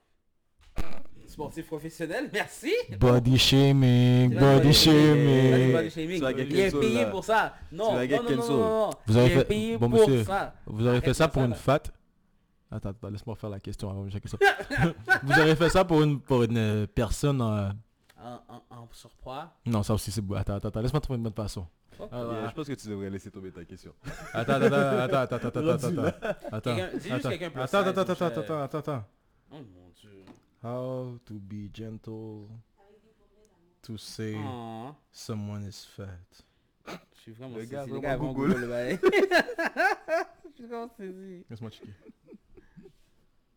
Speaker 2: Sportif professionnel, merci.
Speaker 3: Body shaming,
Speaker 2: Là, tu vas- là, tu vas
Speaker 4: shaming.
Speaker 2: du shaming.
Speaker 4: Eh, Tu vas get
Speaker 2: Il est
Speaker 4: cancel,
Speaker 2: payé
Speaker 4: là.
Speaker 2: pour ça. Non,
Speaker 4: vas get
Speaker 2: non, non, non,
Speaker 4: cancel.
Speaker 2: non, non, non.
Speaker 3: Vous avez
Speaker 2: Il est
Speaker 3: fait-
Speaker 2: payé
Speaker 3: bon,
Speaker 2: pour
Speaker 3: monsieur.
Speaker 2: ça.
Speaker 3: Vous aurez
Speaker 2: fait ça pour une
Speaker 3: fat Attends, attends, laisse-moi faire la question avant que Vous aurez fait ça pour une, pour une personne...
Speaker 2: En, en, en surpoids.
Speaker 3: Non, ça aussi c'est... Attends, attends, attends, laisse-moi trouver une bonne façon. Ah,
Speaker 4: Yeah, je pense que tu devrais laisser tomber ta question.
Speaker 3: Attends, attends, attends, attends, attends, attends, attends, attends,
Speaker 2: Quelqu'un- dis juste
Speaker 3: attends,
Speaker 2: quelqu'un plus
Speaker 3: attends,
Speaker 2: size,
Speaker 3: attends,
Speaker 2: mon
Speaker 3: attends,
Speaker 2: cher.
Speaker 3: attends, attends, attends.
Speaker 2: Oh mon dieu.
Speaker 3: How to be gentle to say
Speaker 2: Oh.
Speaker 3: someone is fat.
Speaker 2: Je suis vraiment
Speaker 4: Le
Speaker 2: saisi.
Speaker 4: gars
Speaker 2: Les
Speaker 4: vraiment
Speaker 2: gars vont
Speaker 4: Google.
Speaker 2: Google, ouais. Je suis vraiment saisi.
Speaker 3: Laisse-moi checker.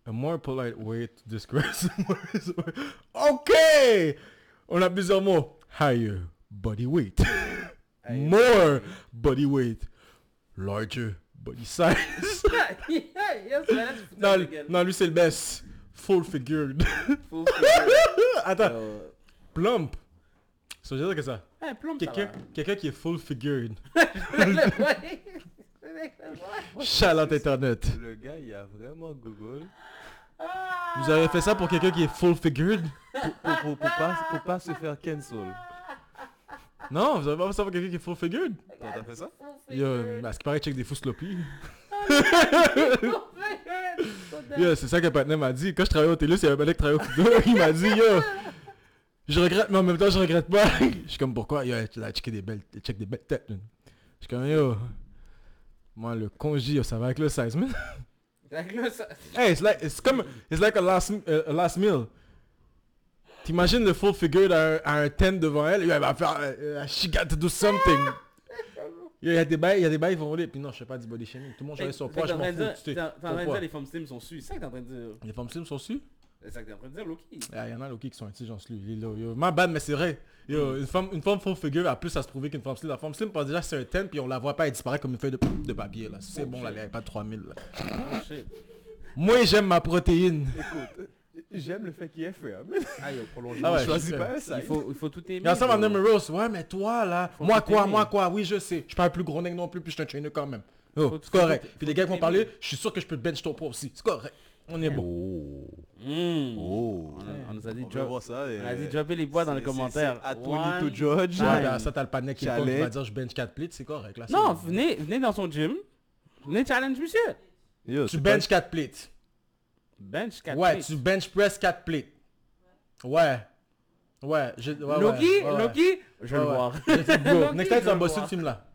Speaker 3: A more polite way to describe someone is... Ok! On a plusieurs mots. Higher body weight.
Speaker 2: Aïe.
Speaker 3: More body weight. Larger body size.
Speaker 2: yes, mais là, tu fous ta
Speaker 3: Non,
Speaker 2: gueule.
Speaker 3: non, lui c'est le best. Full figured.
Speaker 2: Faut que-
Speaker 3: Attends,
Speaker 2: Euh,
Speaker 3: plump. Ça veut dire que ça.
Speaker 2: hey, plombe, ça va.
Speaker 3: Quelqu'un quelqu'un qui est full figured.
Speaker 2: Le vrai. Le vrai, le vrai.
Speaker 3: Shout-out internet.
Speaker 4: Le gars, il a vraiment Google
Speaker 2: Ah.
Speaker 3: Vous avez fait ça pour quelqu'un qui est full figured
Speaker 4: pour, pour, pour, pour pas, pour pas se faire cancel.
Speaker 3: Non, vous avez pas fait ça pour quelqu'un qui est full figured
Speaker 4: Toi, t'as fait ça
Speaker 3: Yo, à ce qui paraît, check des fous sloppy.
Speaker 2: Yes.
Speaker 3: Yo, c'est ça que Patnay m'a dit. Quand je travaillais au Télus, il y avait un mec qui travaillait au Kudo. Il m'a dit, yo, je regrette, mais en même temps, je regrette pas. Je suis comme, pourquoi Yo, tu as checké des belles, tu check des belles têtes. man. Je suis comme, yo, moi, le congé, yo, ça va avec le size, man.
Speaker 2: Like, là, ça-
Speaker 3: Hey, it's like, it's comme, it's like a last, euh, a last meal. T'imagines le full figure à, un- à un ten devant elle, elle va faire, euh, euh, she got to do something. Il y a des bails, il y a des bails, ils vont voler. Puis non, je fais pas du body shaming. Tout le monde
Speaker 2: Fait
Speaker 3: travaille
Speaker 2: que-
Speaker 3: sur
Speaker 2: fait
Speaker 3: poids,
Speaker 2: que t'es
Speaker 3: je
Speaker 2: en
Speaker 3: m'en
Speaker 2: train de
Speaker 3: fous.
Speaker 2: dire-
Speaker 3: tu sais.
Speaker 2: t'es en- t'es en train de
Speaker 3: Pourquoi?
Speaker 2: dire les femmes sim sont sus. C'est ça que t'es en train de dire.
Speaker 3: Les femmes slim sont su.
Speaker 2: C'est ça que t'es en train de dire, Loki.
Speaker 3: Il y en a là, ok, qui sont intelligents, lui. Il est là, yo. Ma bad, mais c'est vrai.
Speaker 2: Mm.
Speaker 3: Yo, une femme, une femme full figure a plus à se prouver qu'une femme slim. La femme slim pense déjà que c'est un ten, puis on la voit pas, elle disparaît comme une feuille de, de papier là. C'est bon, là, elle est pas de 3000 là.
Speaker 2: Oh shit.
Speaker 3: Moi, j'aime ma protéine.
Speaker 4: J'aime le fait qu'il ait fait, hein.
Speaker 2: Ah, yo, prolonge.
Speaker 3: Ah ouais,
Speaker 4: je choisis
Speaker 3: je-
Speaker 4: pas un
Speaker 2: Il
Speaker 4: side.
Speaker 2: faut, il faut tout aimer.
Speaker 3: Et ensemble,
Speaker 2: bro.
Speaker 3: on me Rose. Ouais, mais toi, là,
Speaker 2: Faut
Speaker 3: moi
Speaker 2: tout
Speaker 3: quoi,
Speaker 2: aimer.
Speaker 3: moi quoi, oui, je sais. Je suis pas un plus gros nègre non plus, puis je suis un trainer quand même. Oh,
Speaker 2: Faut-
Speaker 3: c'est correct.
Speaker 2: faut-
Speaker 3: Puis les gars qui vont
Speaker 2: faut-
Speaker 3: parler, je suis sûr que je peux bench ton poids aussi. C'est correct. On est bon.
Speaker 4: Oh.
Speaker 2: Mm.
Speaker 4: Oh.
Speaker 2: On, a- on nous a dit
Speaker 4: On peut
Speaker 2: drop.
Speaker 4: voir ça.
Speaker 2: On a dit dropper les bois dans les commentaires.
Speaker 4: À
Speaker 2: One-
Speaker 4: to George.
Speaker 3: Ouais,
Speaker 2: Ouais.
Speaker 3: ben, ça, t'as le panier qui est con, qui
Speaker 4: Chalet.
Speaker 3: va dire je bench 4 plates, c'est correct. Là, c'est
Speaker 2: Non,
Speaker 3: bon.
Speaker 2: venez, venez dans son gym. Venez challenge monsieur.
Speaker 4: Yo,
Speaker 3: Tu
Speaker 4: c'est pas-
Speaker 3: bench 4 plates.
Speaker 2: Bench 4
Speaker 3: Ouais, tu bench press 4 plates. Ouais. Ouais, je... ouais, ouais,
Speaker 2: Loki,
Speaker 3: ouais, ouais.
Speaker 2: Loki, je vais
Speaker 3: Ouais,
Speaker 2: le
Speaker 3: ouais.
Speaker 2: voir.
Speaker 3: Je dis, bro,
Speaker 2: Loki,
Speaker 3: Next
Speaker 2: je
Speaker 3: time, tu vas
Speaker 2: le
Speaker 3: bosser
Speaker 2: vois.
Speaker 3: le film là.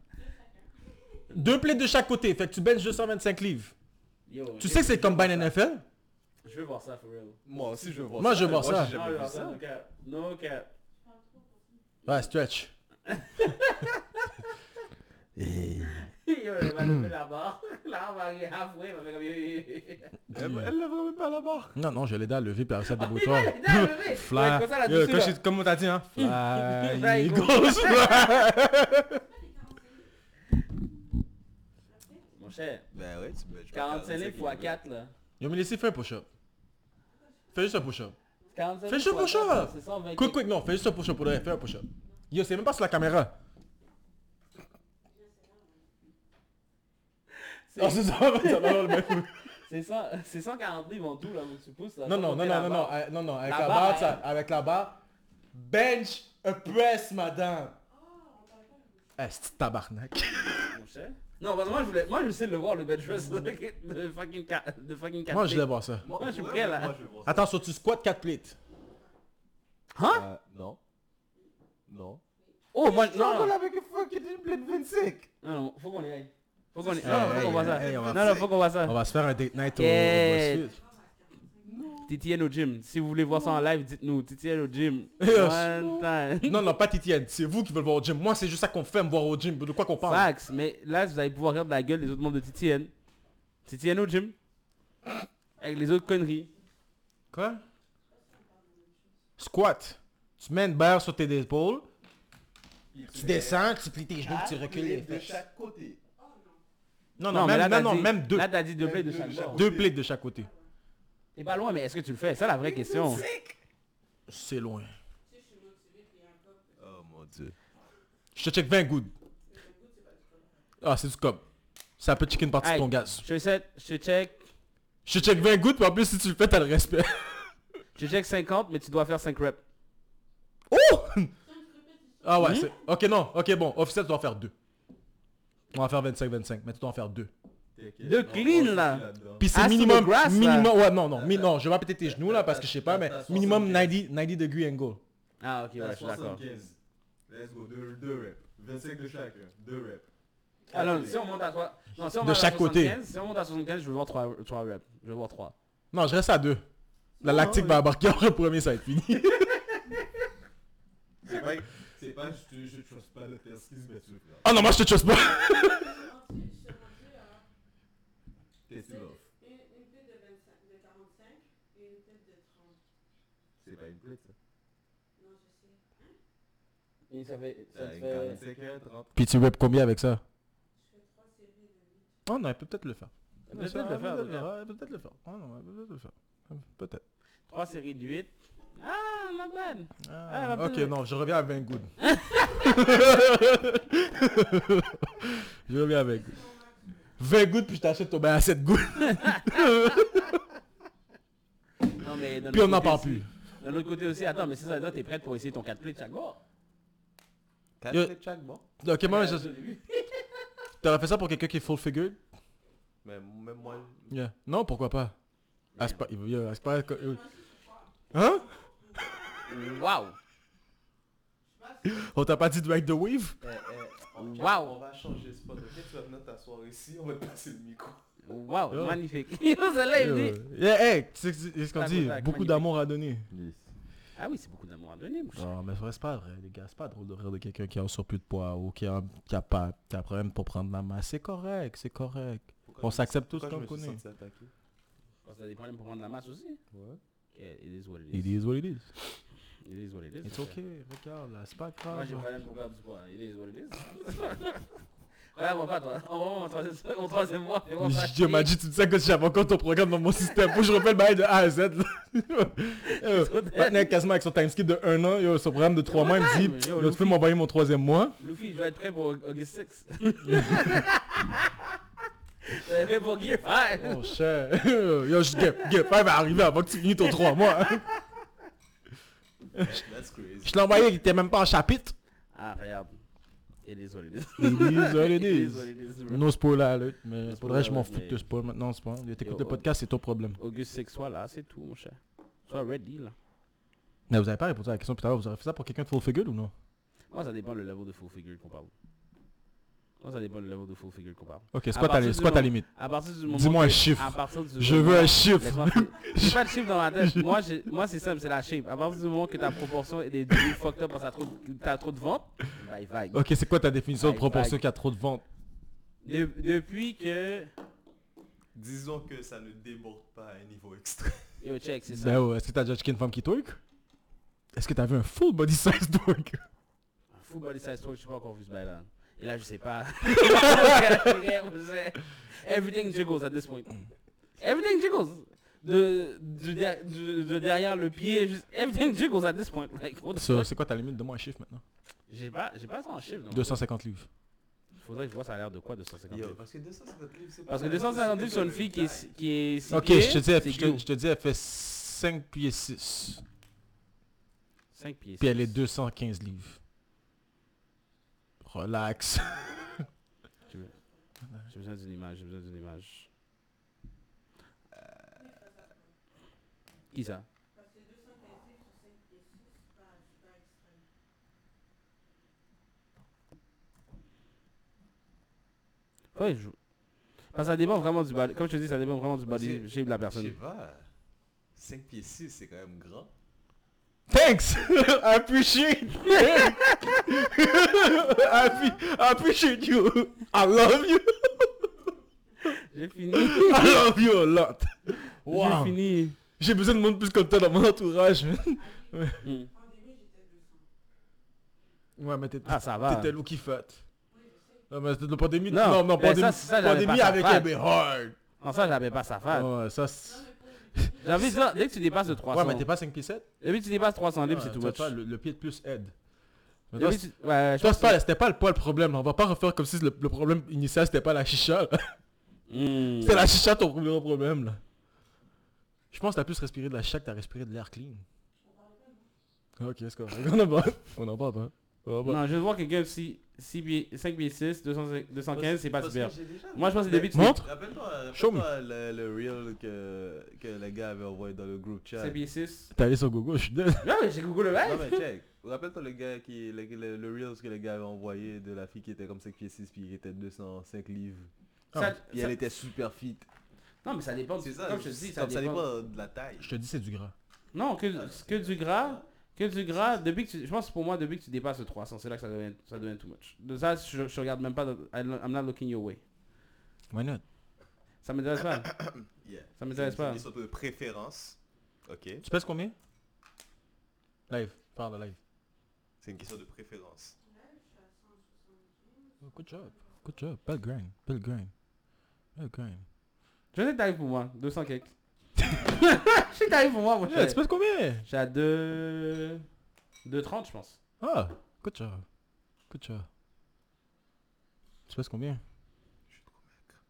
Speaker 3: Deux plates de chaque côté, fait que tu benches 225 livres.
Speaker 2: Yo,
Speaker 3: Tu
Speaker 2: je-
Speaker 3: sais que c'est comme Combine NFL
Speaker 2: Je veux voir ça for real.
Speaker 4: Moi aussi, je veux voir
Speaker 3: Moi,
Speaker 4: ça.
Speaker 3: je veux voir ça.
Speaker 4: j'ai
Speaker 2: Non,
Speaker 4: jamais
Speaker 2: je veux
Speaker 4: vu
Speaker 2: voir
Speaker 4: ça.
Speaker 2: ça, Ah, no cap. No cap.
Speaker 3: Ouais, stretch.
Speaker 2: Hey, yo, elle m'a levé la barre. La barre arrive halfway, elle m'a fait comme, yo, yo, yo.
Speaker 4: Elle elle l'a vraiment pas à la barre.
Speaker 3: Non, non, je l'ai aidé à lever puis à ça
Speaker 2: Ah,
Speaker 3: débrouille
Speaker 2: il m'a aidé à lever. Ouais,
Speaker 3: Fly.
Speaker 2: comme ça, la
Speaker 4: Yo,
Speaker 2: dessus,
Speaker 4: quand
Speaker 2: là.
Speaker 4: je- comme on t'a dit, hein.
Speaker 3: Fly,
Speaker 2: Fly,
Speaker 3: Eagles.
Speaker 2: Mon cher,
Speaker 4: Ben ouais, tu me.
Speaker 2: 45 livres fois 4 là.
Speaker 3: Yo, mais laissez faire un push-up. Fais juste un push-up.
Speaker 2: 45
Speaker 3: Fais
Speaker 2: livres
Speaker 3: juste un
Speaker 2: fois
Speaker 3: push-up.
Speaker 2: quatre, là, c'est 120.
Speaker 3: Quick, quick, non, fais juste un push-up pour le Fais un push-up. Yo, c'est même pas sur la caméra.
Speaker 2: C'est-
Speaker 3: Ah, c'est ça, ça va avoir le même coup.
Speaker 2: C'est 100 c'est 140 livres en tout là, où tu pousses là.
Speaker 3: Non,
Speaker 2: sans
Speaker 3: non, non,
Speaker 2: compter la
Speaker 3: non, non, non,
Speaker 2: barre.
Speaker 3: euh, non, non, avec
Speaker 2: La
Speaker 3: la,
Speaker 2: barre,
Speaker 3: barre,
Speaker 2: elle-
Speaker 3: ça- avec la barre. Bench a press, madame. Ah, c'est tabarnak.
Speaker 2: Mon cher. Non, parce que moi je voulais, moi je sais le voir le bench press de fucking ca- de fucking
Speaker 3: Moi,
Speaker 2: quatre
Speaker 3: je voulais voir ça.
Speaker 2: Moi, je suis prêt là.
Speaker 3: Attends, sur tu squat 4 plates.
Speaker 4: Euh, non. Non.
Speaker 2: Oh, moi non.
Speaker 4: Encore
Speaker 2: Non,
Speaker 4: avec le fucking blade 25.
Speaker 2: non, non, faut qu'on y aille. Faut qu'on y
Speaker 3: Hey,
Speaker 2: Non, non, faut
Speaker 3: hey,
Speaker 2: qu'on voit
Speaker 3: hey,
Speaker 2: ça.
Speaker 3: on va- Oh.
Speaker 2: Non, non, faut qu'on voit ça.
Speaker 3: On va se faire un date night au
Speaker 2: Ah. Yeah.
Speaker 3: au CrossFit.
Speaker 2: TTN au gym. Si vous voulez voir ça en live, dites-nous. TTN au gym.
Speaker 3: Yes.
Speaker 2: One time.
Speaker 3: Non, non, pas Titienne. C'est vous qui voulez voir au gym. Moi, c'est juste ça qu'on fait, me voir au gym. De quoi qu'on parle.
Speaker 2: Fax, mais là, vous allez pouvoir regarder la gueule des autres membres de TTN. TTN au gym. Avec les autres conneries.
Speaker 3: Quoi Squat. Tu mets une barre sur tes épaules. Tu descends, tu plies tes genoux, tu recules les
Speaker 4: de
Speaker 3: fesses.
Speaker 4: chaque côté.
Speaker 3: Non, non, même,
Speaker 2: t'as
Speaker 3: non, non,
Speaker 2: dit-
Speaker 3: même deux.
Speaker 2: Là, t'as dit deux
Speaker 4: Même
Speaker 2: plays de
Speaker 4: deux
Speaker 2: chaque
Speaker 4: de chaque
Speaker 2: bord.
Speaker 3: Deux plates de chaque côté.
Speaker 2: T'es pas loin, mais est-ce que tu le fais C'est la vraie question.
Speaker 3: C'est loin.
Speaker 4: Oh mon dieu.
Speaker 3: Je te check 20 good. Ah, c'est du cop. Ça peut checker une partie
Speaker 2: Hey.
Speaker 3: de ton gaz.
Speaker 2: Je te set, je te check.
Speaker 3: Je te check 20 good, mais en plus, si tu le fais, t'as le respect.
Speaker 2: Je te check 50, mais tu dois faire 5 reps.
Speaker 3: Oh Ah ouais,
Speaker 2: Hmm?
Speaker 3: c'est... Ok, non. Ok, bon. Officiel, tu dois en faire deux. On va en faire 25-25, mais tu dois en faire deux.
Speaker 2: De clean là.
Speaker 3: Puis c'est
Speaker 2: Ah, sur le
Speaker 3: minimum,
Speaker 2: grass, là.
Speaker 3: minimum, ouais, non, non, mi- non, je vais péter tes genoux là parce que je sais pas, mais minimum 90, 90 degree angle.
Speaker 2: Ah ok, ouais, je suis d'accord.
Speaker 4: Let's go, deux, deux reps. 25 de chaque, hein. deux reps.
Speaker 2: Ah non, si on monte à 3... Non, si on
Speaker 3: De
Speaker 2: monte à
Speaker 3: chaque côté.
Speaker 2: 75, Si on monte à 75, je veux voir 3, reps. Je veux voir 3.
Speaker 3: Non, je reste à deux. La
Speaker 2: Ah
Speaker 3: lactique va embarquer en premier, ça va être fini.
Speaker 4: C'est pas, c'est pas, je te, je te chose pas de faire 6 mais tu le fais.
Speaker 3: Oh non, moi je te chose pas.
Speaker 4: Test it off.
Speaker 5: Une, une tête de 25, de 45 et une tête de 30.
Speaker 4: C'est pas une plate ça.
Speaker 5: Non, je sais.
Speaker 2: Et ça fait... Ça
Speaker 4: T'as
Speaker 2: te
Speaker 4: une
Speaker 2: fait...
Speaker 4: 45 heures, 30.
Speaker 3: Puis tu web combien avec ça Oh non, elle peut peut-être le faire.
Speaker 2: Elle peut peut-être le faire, en tout cas.
Speaker 3: Elle peut peut-être le faire. Oh non, elle peut peut-être le faire. Elle peut Peut-être.
Speaker 2: 3 séries de 8. Ah, not bad.
Speaker 3: Ah,
Speaker 2: elle va
Speaker 3: ok,
Speaker 2: peut-être-
Speaker 3: non, je reviens à 20 good. je reviens à 20 good. 20 good, puis je t'achète ton bain à 7 good.
Speaker 2: Non, mais d'un
Speaker 3: Puis on
Speaker 2: autre
Speaker 3: n'en
Speaker 2: côté
Speaker 3: parle
Speaker 2: aussi-
Speaker 3: plus.
Speaker 2: D'un autre côté aussi, attends, mais c'est ça, toi t'es prête pour essayer ton 4 plays de chaque bord.
Speaker 4: 4
Speaker 3: Yo-
Speaker 4: de chaque, bon.
Speaker 3: Ok, moi, je...
Speaker 2: Euh, au début.
Speaker 3: t'aurais fait ça pour quelqu'un qui est full figured
Speaker 4: Mais même moi,
Speaker 3: Yeah. Non, pourquoi pas Aspa... il veut- il veut- Aspa... euh, Hein
Speaker 2: Waouh.
Speaker 3: On t'a pas dit de ride the wave
Speaker 4: eh, eh, on-
Speaker 2: Wow.
Speaker 4: on va changer de spot, ok Tu vas venir t'asseoir ici, on va te passer le micro.
Speaker 2: Wow,
Speaker 3: Yo.
Speaker 2: magnifique. Celle-là, il dit.
Speaker 3: Euh, Yeah, hey, tu sais que c'est c'est ce qu'on
Speaker 2: Tac,
Speaker 3: dit,
Speaker 2: tac,
Speaker 3: beaucoup
Speaker 2: magnifique.
Speaker 3: d'amour à donner.
Speaker 2: Ah oui, c'est beaucoup d'amour à donner, mon cher.
Speaker 3: Non, mais c'est pas vrai, les gars, c'est pas drôle de rire de quelqu'un qui a un surplus de poids ou qui a, qui a pas, qui a un problème pour prendre la masse. C'est correct, c'est correct.
Speaker 4: Pourquoi
Speaker 3: On
Speaker 4: je-
Speaker 3: s'accepte tous
Speaker 4: pourquoi
Speaker 3: comme
Speaker 4: je me
Speaker 3: qu'on
Speaker 4: suis
Speaker 3: est.
Speaker 4: senti attaqué
Speaker 2: Parce que t'as des problèmes pour prendre la masse aussi.
Speaker 4: Ouais.
Speaker 2: Yeah, It is what it is.
Speaker 3: It is what it is.
Speaker 2: It is what it is.
Speaker 3: It's
Speaker 2: mon
Speaker 3: ok,
Speaker 2: cher.
Speaker 3: regarde là, c'est pas
Speaker 2: Moi, j'ai pas
Speaker 3: grave.
Speaker 2: problème pour perdre du poids. It is what it is. Regarde-moi pas, toi. On va voir mon troisième- mon troisième mois. fais-moi pas
Speaker 3: Dieu m'a
Speaker 2: chier.
Speaker 3: dit, tu me dis ça comme si j'avais encore ton programme dans mon système. Faut que je refais le bail de A à Z. là. Euh, Maintenant, quasiment avec son timeskip de 1 an, yo, son programme de 3 mois, il me dit,
Speaker 2: Yo,
Speaker 3: yo, tu peux m'envoyer mon troisième mois.
Speaker 2: Luffy, je vais être prêt pour August 6. Je vais être prêt pour Gear 5.
Speaker 3: Oh cher. Yo, je gap, gap, elle va arriver avant que tu finisses ton 3 mois.
Speaker 4: That's crazy.
Speaker 3: Je l'ai envoyé, il était même pas en chapitre.
Speaker 2: Ah, regarde. It is what it is.
Speaker 3: It is what
Speaker 2: It
Speaker 3: it
Speaker 2: is
Speaker 3: is.
Speaker 2: what it is, bro.
Speaker 3: No spoiler alert, mais
Speaker 2: No
Speaker 3: pour le
Speaker 2: spoiler
Speaker 3: reste, je m'en
Speaker 2: alert,
Speaker 3: fous
Speaker 2: mais-
Speaker 3: de spoil maintenant, c'est pas. T'écoutes
Speaker 2: Yo,
Speaker 3: le podcast, c'est ton problème.
Speaker 2: Auguste 6, sois là, c'est tout, mon cher. Sois ready, là.
Speaker 3: Mais vous avez pas répondu à la question tout à l'heure, vous aurez fait ça pour quelqu'un de full figure ou non
Speaker 2: Moi, ça dépend le level de full figure qu'on parle. Moi, ça dépend le level de full figure qu'on parle.
Speaker 3: Ok,
Speaker 2: À
Speaker 3: c'est quoi ta
Speaker 2: partir
Speaker 3: li-
Speaker 2: du
Speaker 3: c'est quoi ta
Speaker 2: moment-
Speaker 3: limite
Speaker 2: À partir du moment
Speaker 3: Dis-moi un
Speaker 2: que-
Speaker 3: chiffre.
Speaker 2: à partir du
Speaker 3: Je
Speaker 2: moment-
Speaker 3: veux un chiffre.
Speaker 2: Laisse-moi faire- J'ai pas de chiffre dans ma tête. Moi, j'ai- moi c'est simple, c'est la shape. À partir du moment que ta proportion est des degrés fucked up parce que t'as trop, de- t'as trop de ventes, bah, il vague.
Speaker 3: Ok, c'est quoi ta définition de
Speaker 2: Vague,
Speaker 3: proportion
Speaker 2: vague.
Speaker 3: qui a trop de ventes
Speaker 2: De- depuis que...
Speaker 4: Disons que ça ne déborde pas à un niveau extrême.
Speaker 2: Yo, check, c'est ça.
Speaker 3: Ben ouais, est-ce que t'as déjà checké une femme qui twerk Est-ce que t'as vu un full body size twerk
Speaker 2: Un Full body size stroke, je suis pas encore vu ce bail là. Et là, je sais pas. Everything jiggles at this point. Everything jiggles. De, du der- du- de derrière le pied, juste- everything jiggles at this point. Like, what the
Speaker 3: Ça,
Speaker 2: fuck?
Speaker 3: C'est quoi ta limite Donne-moi un chiffre maintenant.
Speaker 2: J'ai pas, j'ai pas ça en chiffre. non.
Speaker 3: 250 livres.
Speaker 2: Faudrait que je vois ça a l'air de quoi 250 livres.
Speaker 4: Parce que 250 livres, c'est
Speaker 2: Parce que 250 livres sur une fille qui est, qui est six
Speaker 3: Ok,
Speaker 2: pieds,
Speaker 3: je te dis, elle-
Speaker 2: c'est
Speaker 3: je te,
Speaker 2: cute.
Speaker 3: je te dis, elle fait 5 pieds 6.
Speaker 2: 5 pieds.
Speaker 3: Puis elle est
Speaker 2: six.
Speaker 3: 215 livres. Relax.
Speaker 2: J'ai besoin d'une image, j'ai besoin d'une image. Euh, Qui ça Ouais, je... Parce que ça dépend vraiment du body. Comme je te dis, ça dépend vraiment du body
Speaker 4: C'est-
Speaker 2: shape de la
Speaker 4: Je sais
Speaker 2: personne.
Speaker 4: pas. 5 pieds 6, c'est quand même grand.
Speaker 3: Thanks! I appreciate it! I, appre- I appreciate you! I love you!
Speaker 2: J'ai fini.
Speaker 3: I love you a lot!
Speaker 2: J'ai fini.
Speaker 3: J'ai besoin de monde plus comme toi dans mon entourage, man.
Speaker 2: Hmm.
Speaker 3: Ouais, mais t'étais
Speaker 2: Ah, ça va.
Speaker 3: t'étais looky fat. Non, mais c'était la pandémie.
Speaker 2: Non,
Speaker 3: Non, non,
Speaker 2: mais ça,
Speaker 3: pandémie,
Speaker 2: ça, j'avais
Speaker 3: pandémie
Speaker 2: pas
Speaker 3: avec
Speaker 2: ça. Ah.
Speaker 3: elle, mais hard.
Speaker 2: Non, ça, j'avais pas sa femme.
Speaker 3: Ouais, ça, c'est-
Speaker 2: J'avais dit, dès que tu dépasses le
Speaker 3: ouais
Speaker 2: 300,
Speaker 3: mais t'es pas 5 pieds 7
Speaker 2: dès que tu dépasses 300 livres, c'est tout much.
Speaker 3: Pas, le, le pied de plus aide. Mais
Speaker 2: Dès
Speaker 3: toi,
Speaker 2: que
Speaker 3: c'est-
Speaker 2: tu- Ouais, je
Speaker 3: toi,
Speaker 2: pense
Speaker 3: c'est pas- c'était pas, le poids le problème. On va pas refaire comme si le, le problème initial c'était pas la chicha. là.
Speaker 2: Hmm.
Speaker 3: C'était la chicha ton premier problème là. Je pense que t'as plus respiré de la chicha que t'as respiré de l'air clean. Ok, c'est correct. On en parle. On en parle pas. On en parle.
Speaker 2: Non, je vois quelqu'un si 6 pieds, 5 pieds 6, 215, c'est pas
Speaker 4: Parce
Speaker 2: super.
Speaker 4: que j'ai déjà-
Speaker 2: Moi, je pense que
Speaker 4: Mais-
Speaker 2: depuis tu
Speaker 3: Montre.
Speaker 4: Rappelle-toi
Speaker 3: Show
Speaker 4: rappelle-toi le, le reel que, que les gars avaient envoyé dans le group chat.
Speaker 2: 5 pieds 6.
Speaker 3: T'es allé sur Google, je suis dead.
Speaker 2: Non, mais j'ai Google le
Speaker 4: Non
Speaker 2: mec.
Speaker 4: mais check. Rappelle-toi le gars qui le, le, le reels que les gars avaient envoyé de la fille qui était comme 5 pieds 6 puis qui était 205 livres.
Speaker 2: Ça-
Speaker 4: Puis
Speaker 2: ça-
Speaker 4: elle était super fit.
Speaker 2: Non, mais ça dépend.
Speaker 4: C'est ça,
Speaker 2: Comme je te dis, ça
Speaker 4: comme ça
Speaker 2: dépend.
Speaker 4: dépend de la taille. Ah,
Speaker 3: Je te dis c'est du gras.
Speaker 2: Non, que, que du gras, que du gras, depuis que tu, je pense pour moi, depuis que tu dépasses le 300, c'est là que ça devient, ça devient too much. De ça, je, je regarde même pas, dans- I'm not looking your way.
Speaker 3: Why not?
Speaker 2: Ça m'intéresse pas.
Speaker 4: Yeah.
Speaker 2: Ça m'intéresse
Speaker 4: C'est
Speaker 2: pas.
Speaker 4: Une sorte de préférence. Ok.
Speaker 3: Tu pèses combien Live, parle de live.
Speaker 4: C'est une question de préférence.
Speaker 3: Good job. Good job. Belle grind. Belle grind. Belle grind.
Speaker 2: Je sais que t'arrives pour moi, 200 cakes. je sais que t'arrives pour moi, moi.
Speaker 3: Yeah, tu pèses combien
Speaker 2: J'ai à 2... 2,30 je pense.
Speaker 3: Ah, good job. Good job. Tu pèses combien
Speaker 4: Je suis trop maigre.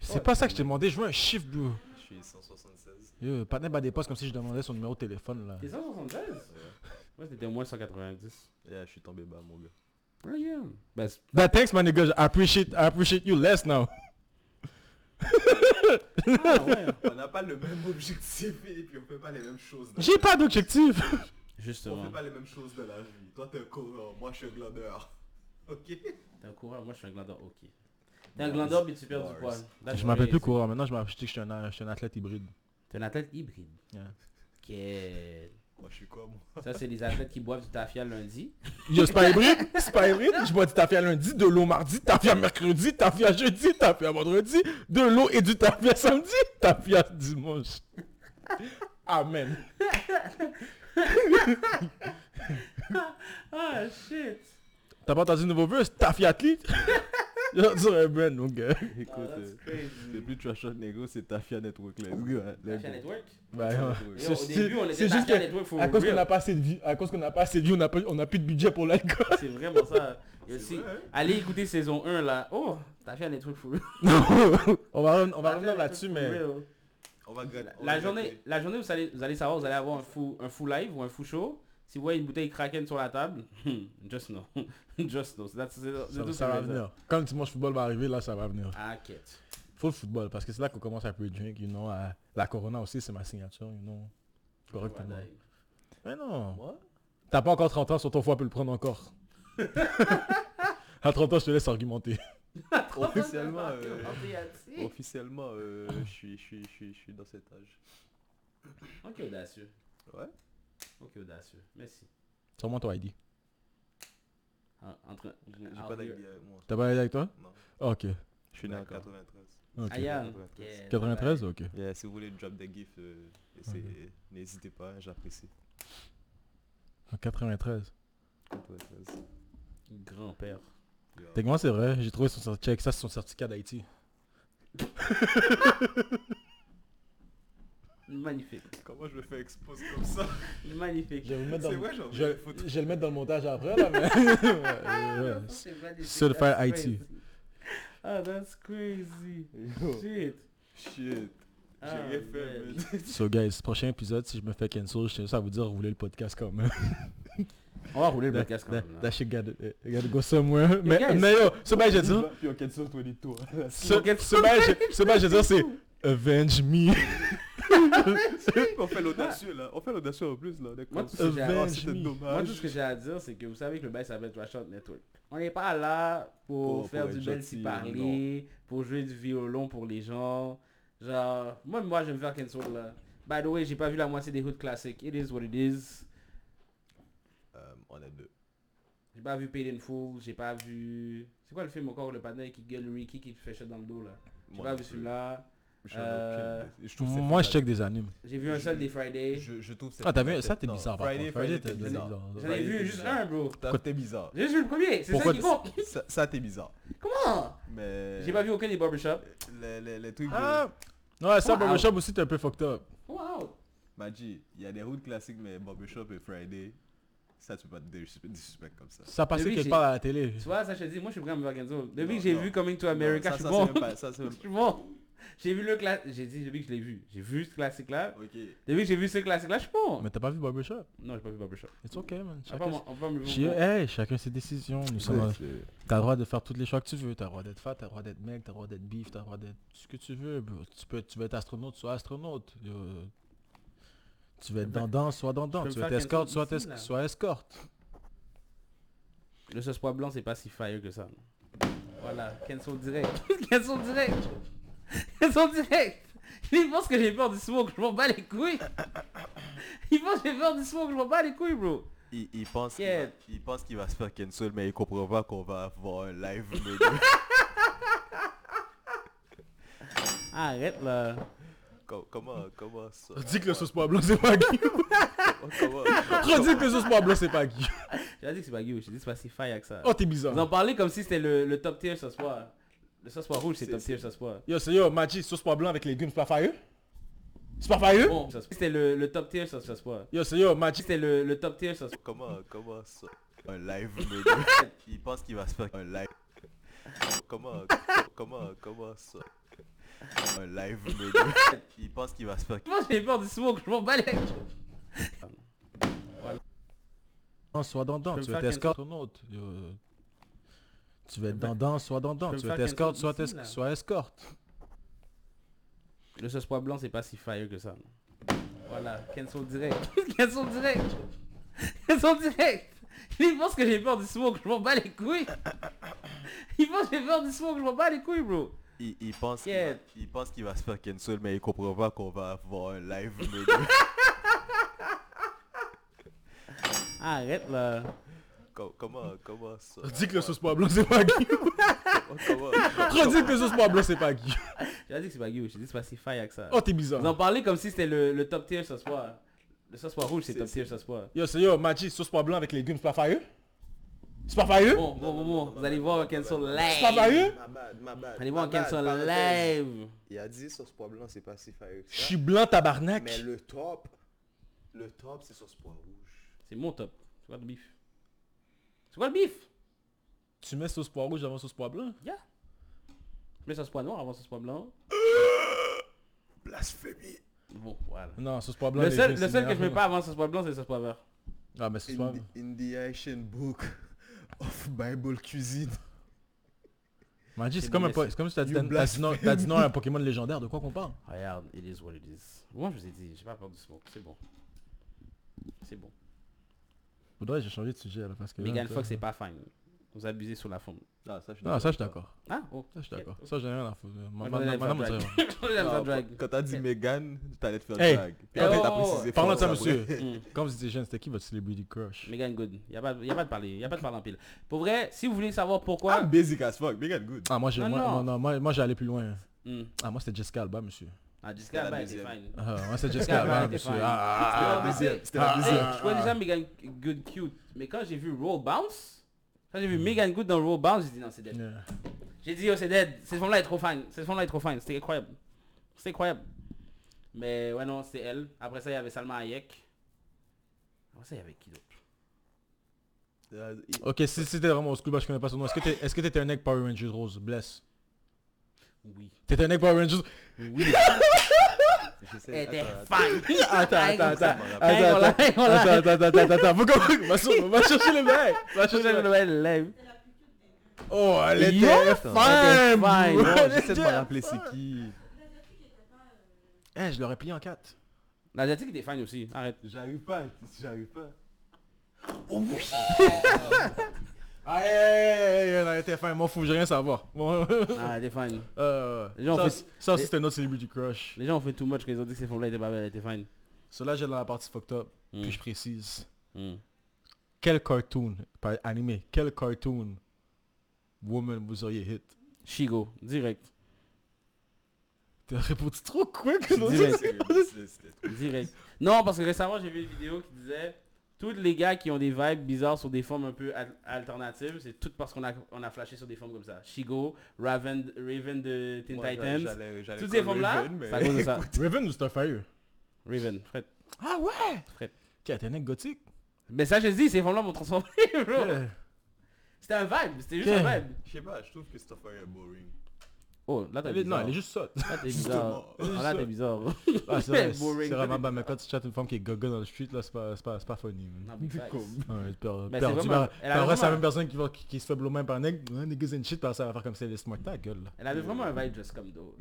Speaker 3: C'est pas ça que je t'ai demandé, je veux un chiffre, bro.
Speaker 4: Je suis 176.
Speaker 3: Yo, partner bat des postes comme si je demandais son numéro de téléphone, là.
Speaker 2: T'es 176
Speaker 4: Ouais.
Speaker 2: Moi j'étais au moins 190.
Speaker 4: Yeah, je suis tombé bas mon gars.
Speaker 2: Ouais, yeah. Ben, c'est-
Speaker 3: Bah, thanks, my nigga, I appreciate, I appreciate you less now.
Speaker 2: ah, ouais.
Speaker 4: On n'a pas le même objectif et puis on fait pas les mêmes choses. dans-
Speaker 3: J'ai pas d'objectif.
Speaker 4: On fait
Speaker 2: Justement.
Speaker 4: pas les mêmes choses dans la vie. Toi t'es un coureur, moi je suis un glandeur. Ok
Speaker 2: T'es un coureur, moi je suis un glandeur, ok. T'es un glandeur mais tu perds du
Speaker 4: Bars.
Speaker 2: poids. That's
Speaker 3: Je m'appelle plus
Speaker 2: crazy.
Speaker 3: courant, maintenant je m'appelle je dis que je suis un, je suis un athlète hybride.
Speaker 2: T'es un athlète hybride.
Speaker 3: Yeah.
Speaker 2: Quel.
Speaker 4: Moi je suis quoi moi
Speaker 2: Ça c'est les athlètes qui boivent du tafia le lundi.
Speaker 3: Yo, c'est pas hybride, c'est pas hybride. Je bois du tafia lundi, de l'eau mardi, tafia mercredi, tafia jeudi, tafia vendredi, de l'eau et du tafia samedi, tafia dimanche. Amen.
Speaker 2: Ah shit.
Speaker 3: T'as pas entendu le nouveau verse? Tafia athlète? Yo, sur un brand, mon gars.
Speaker 4: Écoute, euh,
Speaker 2: Ah, crazy.
Speaker 4: c'est plus Trash Out Negro, c'est Tafia Network les gars. Les
Speaker 2: Tafia
Speaker 4: gars.
Speaker 2: Network.
Speaker 3: Bah,
Speaker 4: Tafia
Speaker 3: ouais.
Speaker 4: Network.
Speaker 2: Et au
Speaker 3: C'est-
Speaker 2: début on
Speaker 3: c'est
Speaker 2: était
Speaker 3: juste
Speaker 2: Tafia
Speaker 3: que-
Speaker 2: Network for
Speaker 3: À cause qu'on
Speaker 2: real.
Speaker 3: a pas assez de vie, à cause qu'on a pas assez de vie, on a, pas- on a plus de budget pour l'alcool.
Speaker 2: Ah, C'est vraiment ça. Et aussi,
Speaker 4: vrai, hein.
Speaker 2: allez écouter saison 1 là. Oh, Tafia Network for real.
Speaker 3: on va, re- on
Speaker 2: Tafia
Speaker 3: va revenir
Speaker 2: Network
Speaker 3: là-dessus,
Speaker 2: for
Speaker 3: mais...
Speaker 2: real.
Speaker 4: On va gratter- on
Speaker 2: La
Speaker 4: va
Speaker 2: journée,
Speaker 4: gratter.
Speaker 2: la journée où vous allez, vous allez savoir, vous allez avoir un fou, un fou live ou un fou show. Si vous voyez une bouteille Kraken sur la table, hmm, just know. just know. So that's- c'est- c'est
Speaker 3: Ça,
Speaker 2: tout
Speaker 3: ça
Speaker 2: ce
Speaker 3: va
Speaker 2: que je veux dire.
Speaker 3: venir. Quand le dimanche football va arriver, là, ça va venir.
Speaker 2: Ah, quête.
Speaker 3: Faut le football, parce que c'est là qu'on commence à pre-drink, you know. à- La Corona aussi, c'est ma signature, you know. Correctement.
Speaker 2: Voilà.
Speaker 3: Mais non.
Speaker 4: Moi
Speaker 3: T'as pas encore 30 ans, sur ton foie peut le prendre encore. à 30 ans, je te laisse argumenter.
Speaker 4: Officiellement, euh,
Speaker 2: Anti-anti.
Speaker 4: officiellement euh, je suis- je suis- je suis je suis dans cet âge.
Speaker 2: Ok, audacieux.
Speaker 4: Ouais.
Speaker 2: Ok, audacieux. Merci. Ah,
Speaker 3: Sûrement toi, Heidi.
Speaker 2: En- Entre...
Speaker 4: J'ai j'ai
Speaker 2: out
Speaker 4: pas
Speaker 2: here.
Speaker 4: d'idée avec moi.
Speaker 3: T'as pas Heidi avec toi
Speaker 4: Non.
Speaker 3: Ok.
Speaker 4: Je suis né en
Speaker 2: D'accord.
Speaker 4: 93.
Speaker 3: ok.
Speaker 2: Aïe, aïe.
Speaker 4: 93.
Speaker 3: 93, ok.
Speaker 4: Yeah, si vous voulez drop des gifs, euh, c'est- n'hésitez pas, j'apprécie.
Speaker 3: En 93.
Speaker 4: 93.
Speaker 2: Grand-père.
Speaker 4: Yo.
Speaker 3: Techniquement, c'est vrai. J'ai trouvé son certificat. check, Ça, c'est son certificat d'Haïti.
Speaker 2: Magnifique.
Speaker 4: Comment je me fais expose comme ça
Speaker 2: Magnifique.
Speaker 3: vais, le mettre
Speaker 4: C'est vrai, j'en
Speaker 3: je,
Speaker 4: veux une photo.
Speaker 3: je vais le mettre dans le montage après, là, mais... Ouais, ouais.
Speaker 2: Oh, C'est magnifique.
Speaker 3: Certified
Speaker 2: That's
Speaker 3: IT.
Speaker 2: crazy. Ah, that's crazy.
Speaker 4: Yo,
Speaker 2: Shit.
Speaker 4: Shit. J'ai
Speaker 2: Ah,
Speaker 4: rien fait,
Speaker 2: man.
Speaker 4: man.
Speaker 3: So, guys, prochain épisode, si je me fais cancel, je tiens juste à vous dire, roulez le podcast quand même. On va rouler
Speaker 2: le podcast quand
Speaker 3: that,
Speaker 2: même, là.
Speaker 3: That shit gotta, it gotta go somewhere. Mais,
Speaker 2: guys.
Speaker 3: mais yo, ce bail, je veux dire...
Speaker 4: Puis on cancel 22.
Speaker 3: Ce ce bail, je- ce bail, je veux dire, c'est... Avenge me.
Speaker 4: On fait l'audacieux là, on fait l'audacieux en plus là. on est
Speaker 2: Moi,
Speaker 4: comme-
Speaker 2: tout ce que j'ai à-
Speaker 4: Ah,
Speaker 3: Avenge
Speaker 4: c'était
Speaker 3: me.
Speaker 2: Moi, tout ce
Speaker 4: dommage.
Speaker 2: que j'ai à dire, c'est que vous savez que le bail s'appelle Trash Out Network. On n'est pas là pour,
Speaker 4: Pour-
Speaker 2: faire
Speaker 4: pour
Speaker 2: du
Speaker 4: être
Speaker 2: bel
Speaker 4: gentil,
Speaker 2: si parler, pour jouer du violon pour les gens. Genre, moi, moi, je vais me faire cancel là. By the way, j'ai pas vu la moitié des hoods classiques. It is what it is.
Speaker 4: Euh, On a deux.
Speaker 2: J'ai pas vu Paid in Full, j'ai pas vu... C'est quoi le film encore, le panel qui gueule Ricky qui fait shot dans le dos là J'ai
Speaker 4: Moi
Speaker 2: pas
Speaker 4: non
Speaker 2: vu
Speaker 4: plus.
Speaker 2: celui-là.
Speaker 4: J'en ai aucune idée. Je trouve que c'est
Speaker 3: Moi, je
Speaker 4: fatal.
Speaker 3: check des animes.
Speaker 2: J'ai vu un seul des Friday.
Speaker 4: Je, je trouve que
Speaker 3: Ah, t'as
Speaker 4: c'est-
Speaker 3: vu Ça, t'es
Speaker 4: non,
Speaker 3: bizarre, par
Speaker 4: Friday,
Speaker 3: contre. Friday,
Speaker 4: Friday,
Speaker 3: t'es
Speaker 4: t'es bizarre.
Speaker 3: bizarre.
Speaker 2: J'en ai
Speaker 4: Friday,
Speaker 2: vu
Speaker 4: t'es
Speaker 2: juste
Speaker 4: bizarre.
Speaker 2: un, bro.
Speaker 4: T'as- T'es bizarre.
Speaker 2: J'ai juste vu le premier, c'est ça
Speaker 3: Pourquoi
Speaker 2: qui compte.
Speaker 4: Ça, ça, t'es bizarre.
Speaker 2: Comment
Speaker 4: Mais...
Speaker 2: J'ai pas vu aucun des barbershops.
Speaker 4: Les, les, les trucs
Speaker 3: Ah,
Speaker 4: de...
Speaker 3: Ouais, ça,
Speaker 2: Wow.
Speaker 3: Barbershop aussi, t'es un peu fucked up.
Speaker 2: Wow
Speaker 4: Maji, il y a des routes classiques, mais Barbershop et Friday, ça tu peux pas te disrespect, disrespect comme ça.
Speaker 3: Ça
Speaker 2: Mais
Speaker 3: passait
Speaker 2: oui,
Speaker 3: quelque
Speaker 2: j'ai-
Speaker 3: part à la télé.
Speaker 2: Tu vois, ça je te dis, moi je suis prêt à me faire cancel. Depuis
Speaker 4: Non,
Speaker 2: que j'ai
Speaker 4: non.
Speaker 2: vu Coming to
Speaker 4: Non,
Speaker 2: America,
Speaker 4: ça,
Speaker 2: je suis
Speaker 4: ça,
Speaker 2: bon.
Speaker 4: c'est même pas- ça, c'est
Speaker 2: Je
Speaker 4: même
Speaker 2: suis bon. J'ai vu le classique. J'ai dit, depuis que je l'ai vu. J'ai vu ce classique là.
Speaker 4: pas- Ok.
Speaker 2: Depuis que j'ai vu ce classique là, je suis bon.
Speaker 3: Mais t'as pas vu Barbershop
Speaker 2: Non, j'ai pas vu Barbershop.
Speaker 3: It's ok, man.
Speaker 2: On peut
Speaker 3: Chacun,
Speaker 2: me- on peut me
Speaker 3: Chi- hey, chacun ses décisions. Nous sommes...
Speaker 4: C'est- c'est-
Speaker 3: T'as le droit de faire tous les choix que tu veux. T'as le droit d'être fat, t'as le droit d'être mec, t'as le droit d'être bif, t'as le droit d'être ce que tu veux. bro. Tu peux, tu veux être astronaute, sois astronaute. Yo, Tu veux être
Speaker 2: Je peux-
Speaker 3: dandan, sois dandan.
Speaker 2: je peux
Speaker 3: Tu
Speaker 2: me
Speaker 3: veux être
Speaker 2: faire
Speaker 3: escorte,
Speaker 2: cancel
Speaker 3: sois,
Speaker 2: ici,
Speaker 3: tes-
Speaker 2: là.
Speaker 3: sois escorte.
Speaker 2: Le sauce poids blanc, c'est pas si fire que ça. Voilà, cancel direct. cancel direct. cancel direct. Ils pensent que j'ai peur du smoke, je m'en bats les couilles. Ils pensent que j'ai peur du smoke, je m'en bats les couilles, bro.
Speaker 4: Il, il pense qu'il
Speaker 2: Yeah.
Speaker 4: va, il pense qu'il va se faire cancel, mais il comprend pas qu'on va avoir un live. menu.
Speaker 2: Arrête là.
Speaker 4: Com- comment, comment ça
Speaker 3: Dis que le sauce poids blanc c'est pas qui.
Speaker 4: Comment-
Speaker 3: Redis que le sauce poids blanc c'est pas qui.
Speaker 2: J'ai dit que c'est pas Guy, j'ai dit que c'est pas si fire que ça.
Speaker 3: Oh t'es
Speaker 2: Vous
Speaker 3: bizarre.
Speaker 2: en parlez comme si c'était le, le top tier ce soir. Le sauce poids rouge, c'est
Speaker 4: C'est-
Speaker 2: top tier ce soir.
Speaker 3: Yo c'est yo, Maji, sauce poids blanc avec légumes, c'est pas fire C'est pas fire
Speaker 2: Bon, ça se- c'était le, le top tier ce ce soir.
Speaker 3: Yo c'est yo, Maji.
Speaker 2: C'était le, le top tier ce soir.
Speaker 4: Comment, euh, comment ça Un live menu. Il pense qu'il va se faire un live. Comment, euh, comment, comment ça Un live menu. Il pense qu'il va se faire
Speaker 2: Moi j'ai peur du smoke, je m'en bats les
Speaker 3: sois dandan.
Speaker 2: Je peux
Speaker 3: Tu
Speaker 2: me
Speaker 3: veux être
Speaker 2: faire
Speaker 3: escorte, astronaute. Yo, Tu veux être dandan, sois dandan.
Speaker 2: peux
Speaker 3: Tu
Speaker 2: me
Speaker 3: veux être
Speaker 2: faire
Speaker 3: escorte,
Speaker 2: cancel
Speaker 3: sois
Speaker 2: ici,
Speaker 3: tes-
Speaker 2: là.
Speaker 3: sois escorte.
Speaker 2: Le sauce poids blanc, c'est pas si fire que ça. Voilà, cancel direct. cancel direct. cancel direct. Ils pensent que j'ai peur du smoke, je m'en bats les couilles. Ils pensent que j'ai peur du smoke, je m'en bats les couilles, bro.
Speaker 4: Il, il pense qu'il
Speaker 2: Yeah.
Speaker 4: va- il pense qu'il va se faire cancel, mais il comprend pas qu'on va avoir un live menu.
Speaker 2: Arrête là.
Speaker 4: Com- comment, euh, comment ça Oh,
Speaker 3: Dis que le sauce poids blanc c'est pas qui.
Speaker 4: Comment,
Speaker 3: Redis que le sauce poids blanc c'est pas qui.
Speaker 2: J'ai dit que c'est pas Guy, j'ai dit que c'est pas si fire que ça.
Speaker 3: Oh t'es bizarre.
Speaker 2: Vous en parlez comme si c'était le, le top tier ce soir. Le sauce poids rouge, c'est top tier ce soir.
Speaker 3: Yo, c'est yo, Maji, sauce pois blanc avec légumes, c'est pas fire C'est pas fire
Speaker 2: Bon, bon, bon, bon, vous allez voir un cancel
Speaker 3: C'est pas
Speaker 2: live.
Speaker 3: fire
Speaker 6: Ma bad, ma bad.
Speaker 2: Vous Hein? allez voir un
Speaker 6: ma bad,
Speaker 2: cancel
Speaker 6: parenthèse.
Speaker 2: live.
Speaker 6: Il a dit sauce poivre blanc, c'est pas si fire que
Speaker 3: Je
Speaker 6: ça.
Speaker 3: suis blanc tabarnak
Speaker 6: Mais le top, le top, c'est sauce poivre rouge.
Speaker 2: C'est mon top. C'est quoi le bif C'est quoi le bif
Speaker 3: Tu mets sauce pois rouge avant sauce pois blanc
Speaker 2: Yeah. Mais sauce poids noir avant sauce poids blanc.
Speaker 6: Blasphémie.
Speaker 2: Bon, voilà.
Speaker 3: Non, sauce pois blanc.
Speaker 2: Le seul,
Speaker 3: légumes,
Speaker 2: le
Speaker 3: c'est
Speaker 2: seul que je
Speaker 3: meilleur.
Speaker 2: mets pas avant sauce poids blanc, c'est sauce poids vert.
Speaker 3: Ah, mais sauce
Speaker 6: In,
Speaker 3: pois
Speaker 6: the- in the ancient book of Bible cuisine.
Speaker 3: Maji, c'est
Speaker 2: C'est
Speaker 3: comme, un
Speaker 2: des-
Speaker 3: po- c'est comme si t'as dit
Speaker 6: You
Speaker 3: t'as- t'as dit non- t'as dit non à un Pokémon légendaire, de quoi qu'on parle
Speaker 2: Regarde, it is what it is. Moi, je vous ai dit, j'ai pas peur du smoke. C'est bon. C'est bon.
Speaker 3: Faudrait que j'ai changé de sujet là parce que. là,
Speaker 2: Megan
Speaker 3: toi-
Speaker 2: Fox, c'est pas fine. Vous abusez sur la forme.
Speaker 4: Non, ça, je suis
Speaker 3: Non, ça, je suis d'accord.
Speaker 2: Ah, oh.
Speaker 3: Ça, je suis
Speaker 2: ok.
Speaker 3: d'accord. Ça, j'ai rien à foutre.
Speaker 2: Moi,
Speaker 3: Ma- ma- ma-
Speaker 2: j'aime
Speaker 3: Madame,
Speaker 2: faire
Speaker 3: elle
Speaker 2: drag.
Speaker 3: dira.
Speaker 2: J'aime
Speaker 4: Non,
Speaker 2: faire drag.
Speaker 4: Quand t'as dit Megan, t'allais te faire
Speaker 3: Hey.
Speaker 4: drag. Puis
Speaker 2: Hey,
Speaker 4: après,
Speaker 2: oh,
Speaker 4: t'as
Speaker 2: oh,
Speaker 4: précisé.
Speaker 2: oh.
Speaker 3: Parlons de ça,
Speaker 4: Florence après.
Speaker 3: monsieur. Quand vous étiez jeune, c'était qui votre celebrity crush
Speaker 2: Megan Good. Y a pas, y a pas de parler. Y a pas de parler en pile. Pour vrai, si vous voulez savoir pourquoi...
Speaker 4: Ah. I'm basic as fuck. Megan good.
Speaker 3: Ah, moi, j'ai
Speaker 2: Non,
Speaker 3: moi,
Speaker 2: non.
Speaker 3: non, non, moi, moi, j'ai allé plus loin.
Speaker 2: Hmm.
Speaker 3: Ah, moi, c'était Jessica Alba, monsieur.
Speaker 2: Ah, Jessica
Speaker 4: la
Speaker 2: Alba était
Speaker 4: deuxième.
Speaker 2: fine.
Speaker 3: Ah, moi,
Speaker 2: Jessica
Speaker 3: c'était Jessica Alba,
Speaker 2: Alba était
Speaker 3: monsieur.
Speaker 2: fine.
Speaker 3: Ah,
Speaker 2: Ah,
Speaker 4: la deuxième,
Speaker 2: mais-
Speaker 4: c'était la
Speaker 2: Ah,
Speaker 4: deuxième.
Speaker 2: hey, je vois déjà Megan Good cute. Mais quand j'ai vu Roll Bounce, quand j'ai vu Megan Good dans Roll Bounce, j'ai dit non, c'est dead.
Speaker 3: yeah.
Speaker 2: J'ai dit, oh, c'est dead. Cette femme-là est trop fine. Cette femme-là est trop fine. C'était incroyable. C'était incroyable. Mais ouais, non, c'était elle. Après ça, il y avait Salma Hayek. Après ça, il y avait qui d'autre
Speaker 3: Ah.
Speaker 4: Euh, il-
Speaker 3: Ok, si c'était vraiment au school, bah, je connais pas son nom. Est-ce que t'es- est-ce que t'étais un egg Power Rangers rose Bless.
Speaker 2: Oui.
Speaker 3: T'étais un egg Power Rangers
Speaker 2: Oui.
Speaker 4: j'essaie-
Speaker 2: Elle était
Speaker 4: attends, attends.
Speaker 2: fine.
Speaker 3: Attends, attends,
Speaker 2: Hey,
Speaker 3: attends.
Speaker 4: comme
Speaker 2: on l'a-
Speaker 3: Attends,
Speaker 2: hey, on
Speaker 3: attends,
Speaker 2: l'a-
Speaker 3: attends, attends, attends, attends, attends. Faut qu'on- Va sur- va chercher le mec. Va
Speaker 2: Je
Speaker 3: chercher le mec.
Speaker 2: sais, elle lève.
Speaker 3: Oh, elle était
Speaker 2: Yo,
Speaker 3: fine,
Speaker 2: elle était fine.
Speaker 3: bro.
Speaker 4: Non,
Speaker 3: Elle
Speaker 4: j'essaie de me
Speaker 3: était
Speaker 4: rappeler
Speaker 3: fine.
Speaker 4: c'est qui.
Speaker 3: Eh, je l'aurais plié en 4.
Speaker 2: L'asiatique était fine aussi. Arrête.
Speaker 4: J'arrive pas, j'arrive pas.
Speaker 3: Ah, elle était fine. M'en fous, j'ai rien à savoir. Bon,
Speaker 2: Ah, elle était fine.
Speaker 3: euh,
Speaker 2: Les gens
Speaker 3: ça,
Speaker 2: ont
Speaker 3: aussi-
Speaker 2: fait-
Speaker 3: ça aussi,
Speaker 2: les-
Speaker 3: c'était notre celebrity crush.
Speaker 2: Les gens ont fait too much quand ils ont dit que ces femmes-là étaient pas belles. Elle était fine.
Speaker 3: Cela, j'ai dans la partie fucked up.
Speaker 2: Mm.
Speaker 3: Puis je précise.
Speaker 2: Hmm.
Speaker 3: Quel cartoon, pas animé, quel cartoon woman vous auriez hit
Speaker 2: Shigo, direct.
Speaker 3: T'as répondu trop quick.
Speaker 2: Je dis, mais-
Speaker 4: C'était
Speaker 2: Direct. Non, parce que récemment, j'ai vu une vidéo qui disait tous les gars qui ont des vibes bizarres sur des formes un peu al- alternatives, c'est tout parce qu'on a, on a flashé sur des formes comme ça. Shigo, Raven, Raven de Teen Titans. Toutes ces formes-là, c'est à cause de ça.
Speaker 3: Raven ou Starfire
Speaker 2: Raven, Fred.
Speaker 3: Ah ouais
Speaker 2: Fred.
Speaker 3: Tiens, t'es un mec gothique
Speaker 2: Mais ça, je dis, ces formes-là m'ont transformé, bro.
Speaker 3: Yeah.
Speaker 2: C'était un vibe, c'était juste
Speaker 3: Yeah.
Speaker 2: un vibe.
Speaker 4: Je sais pas, je trouve que Stoffer est boring.
Speaker 2: Oh, là, t'es
Speaker 3: Elle est- Non,
Speaker 2: bizarre.
Speaker 3: elle est juste sotte.
Speaker 2: Là, t'es bizarre.
Speaker 3: Justement.
Speaker 2: Ah, là, t'es bizarre.
Speaker 3: Ah, c'est vrai,
Speaker 2: Boring.
Speaker 3: c'est vraiment bad, mais quand tu chattes une femme qui est gaga dans le street, là, c'est pas, c'est pas, c'est pas funny. man.
Speaker 2: Non, big facts.
Speaker 3: Ouais, per-
Speaker 2: Mais c'est
Speaker 3: perdu
Speaker 2: vraiment-
Speaker 3: par-
Speaker 2: elle a
Speaker 3: par-
Speaker 2: vraiment-
Speaker 3: c'est la même personne qui, va- qui, qui se fait blow même par un nègre, un niggas and shit, par ça elle va faire comme ça, laisse-moi ta gueule là.
Speaker 2: Elle avait vraiment un vibe just comme d'eau.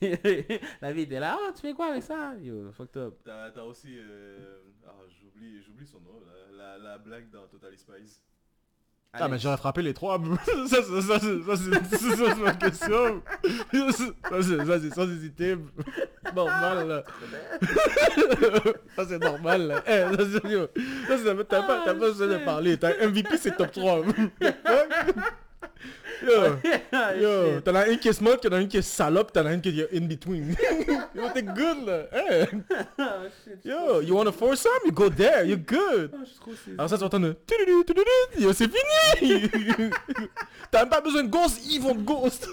Speaker 2: la vie était là, Ah, tu fais quoi avec ça Yo, fucked up.
Speaker 4: T'as t'as aussi... euh, Ah, j'oublie j'oublie son nom, la- la, la blague dans Total Spice.
Speaker 3: Ah mais
Speaker 2: Alex.
Speaker 3: j'aurais frappé les trois, bro. ça c'est ça c'est ça c'est ça, c'est ma question. Ça c'est ça c'est sans hésiter. bro. Normal là. ça c'est normal là. Eh, ça c'est yo. Ça c'est t'as pas
Speaker 2: Ah,
Speaker 3: t'as pas besoin de
Speaker 2: shit.
Speaker 3: parler. T'as MVP c'est top 3. bro. yo.
Speaker 2: Ah,
Speaker 3: Yo,
Speaker 2: shit.
Speaker 3: t'en as une qui est smart, t'en as une qui est salope, t'en as une qui est in between. yo, t'es good là. Eh.
Speaker 2: Ah, shit.
Speaker 3: Yo, you wanna foursome? You go there, you're good.
Speaker 2: Ah, je trouve que c'est-
Speaker 3: Alors ça, tu entends le... tududu, tududu, Yo, c'est fini T'as même pas besoin de ghost, ils vont te ghost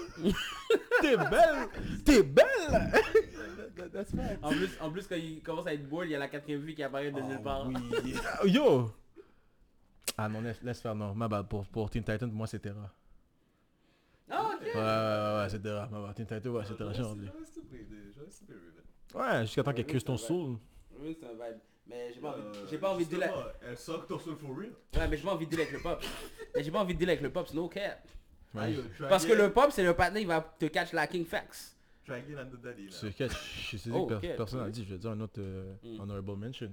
Speaker 3: T'es belle T'es belle
Speaker 2: En plus, en plus, quand il commence à être boule, il y a la quatrième vue qui apparaît
Speaker 3: Ah,
Speaker 2: de nulle part.
Speaker 3: Yo Ah non, laisse, laisse faire, non. Ma bad, pour, pour Teen Titan, moi, c'est Terra.
Speaker 2: Ah, ok.
Speaker 3: Ouais, ouais, ouais, ouais, c'est Terra. Ma bad, Teen Titan,
Speaker 4: Ah,
Speaker 3: ouais, c'est Terra, j'ai envie. Ouais, jusqu'à temps qu'elle cuise ton soul.
Speaker 2: Oui, c'est un vibe. Mais j'ai pas envie, j'ai
Speaker 3: Euh,
Speaker 2: pas envie de dealer.
Speaker 4: Euh, Elle sort ton soul for real.
Speaker 2: Ouais, mais j'ai pas envie de dealer avec le pop. Mais j'ai pas envie de dealer avec le pop, c'est no cap.
Speaker 3: Ouais.
Speaker 2: Parce que le pop, c'est le patin, il va te catch la king facts.
Speaker 4: Dragon and the Daddy, là.
Speaker 3: C'est catch, je sais
Speaker 2: Oh,
Speaker 3: que per-
Speaker 2: ok,
Speaker 3: personne n'a
Speaker 2: oui.
Speaker 3: dit, je vais dire un autre euh,
Speaker 2: Mm.
Speaker 3: honorable mention.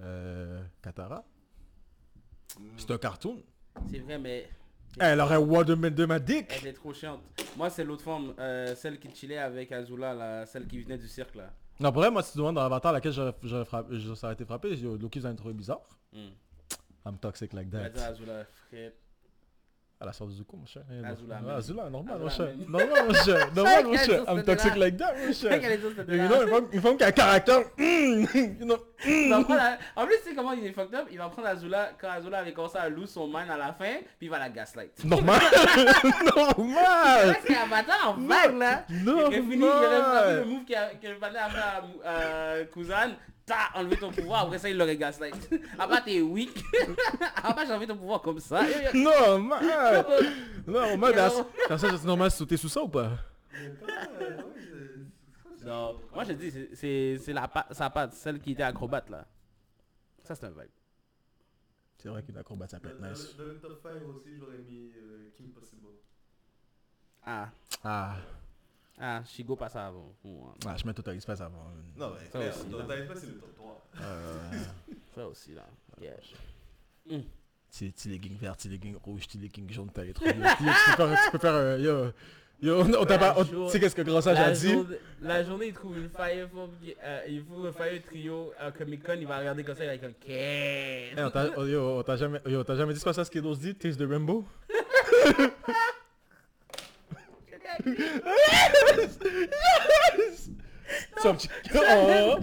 Speaker 3: Euh, Katara,
Speaker 4: Mm.
Speaker 3: c'est un cartoon.
Speaker 2: C'est vrai, mais
Speaker 3: Elle aurait Waterman de ma dick.
Speaker 2: elle est trop chiante. Moi, c'est l'autre forme, euh, celle qui chillait avec Azula, là, celle qui venait du cirque, là.
Speaker 3: Non, pour vrai, moi, si tu demandes dans Avatar laquelle j'aurais j'aurais frappé, je serais été frappé, j'ai- Loki, vous allez me trouver bizarre.
Speaker 2: Hmm.
Speaker 3: I'm toxic like
Speaker 2: Elle a dit à
Speaker 3: that.
Speaker 2: Azula, frère.
Speaker 3: À la sort de Zuko, mon cher. Eh, non.
Speaker 2: Azula,
Speaker 3: Ah,
Speaker 2: man.
Speaker 3: Azula, normal, mon
Speaker 2: Azula,
Speaker 3: cher.
Speaker 2: man.
Speaker 3: Normal, mon cher. Normal, mon
Speaker 2: Qu'elle
Speaker 3: cher.
Speaker 2: sur
Speaker 3: I'm
Speaker 2: cette
Speaker 3: toxic
Speaker 2: là.
Speaker 3: like that, mon
Speaker 2: Fait qu'elle
Speaker 3: cher.
Speaker 2: est sur cette
Speaker 3: You
Speaker 2: là.
Speaker 3: know, une femme- une femme qui a un caractère. hum, you know.
Speaker 2: Il va prendre la- En plus, tu sais comment il est fucked up Il va prendre Azula quand Azula avait commencé à lose son man à la fin, puis il va la gaslight.
Speaker 3: Normal.
Speaker 2: C'est
Speaker 3: Normal.
Speaker 2: vrai que c'est Avatar en vague là Il aurait fini, il aurait frappé le
Speaker 3: Normal.
Speaker 2: move qu'il a- que le balai a fait à Mou- à Kuzan, t'as enlevé ton pouvoir, après ça il l'aurait gaslight. À part t'es weak, à part j'ai enlevé ton pouvoir comme ça.
Speaker 3: Normal. Normal.
Speaker 2: Yo.
Speaker 3: that's- Comme ça, c'est normal de sauter sous ça ou pas
Speaker 2: Non, moi je te dis, c'est- c'est c'est la pa- sa patte, celle qui était acrobate là. Ça c'est un vibe.
Speaker 3: C'est vrai qu'une acrobate, ça peut être nice.
Speaker 4: Dans le top 5 aussi, j'aurais mis euh, Kim Possible.
Speaker 2: Ah,
Speaker 3: Ah,
Speaker 2: ah, Shigo passe avant. Ouais,
Speaker 3: ah, je mets tout à l'espace avant.
Speaker 4: Non, mais
Speaker 2: Ça
Speaker 4: frère,
Speaker 2: aussi,
Speaker 4: dans
Speaker 2: là.
Speaker 4: Total Spice, c'est le top 3.
Speaker 3: Euh,
Speaker 2: Ça aussi là. Yeah.
Speaker 3: T'es t'es les gangs verts, t'es les gangs rouges, t'es les gangs jaunes, t'as les trucs. Yo, tu peux faire, tu peux faire, euh, yo, yo, on, on t'a pas, on- tu sais qu'est-ce que Grand Sage a
Speaker 2: La,
Speaker 3: dit
Speaker 2: journée- la journée, il trouve une fire, faut- euh, il trouve un fire trio à Comic Con, il va regarder comme ça, il va être comme
Speaker 3: Eh,
Speaker 2: Qu'est-ce
Speaker 3: on t'a- oh, Yo, on t'a jamais, yo, on t'a jamais dit c'est pas ça ce qu'Edos dit, Taste de Rainbow Yes! Yes! Tu vas me- Oh!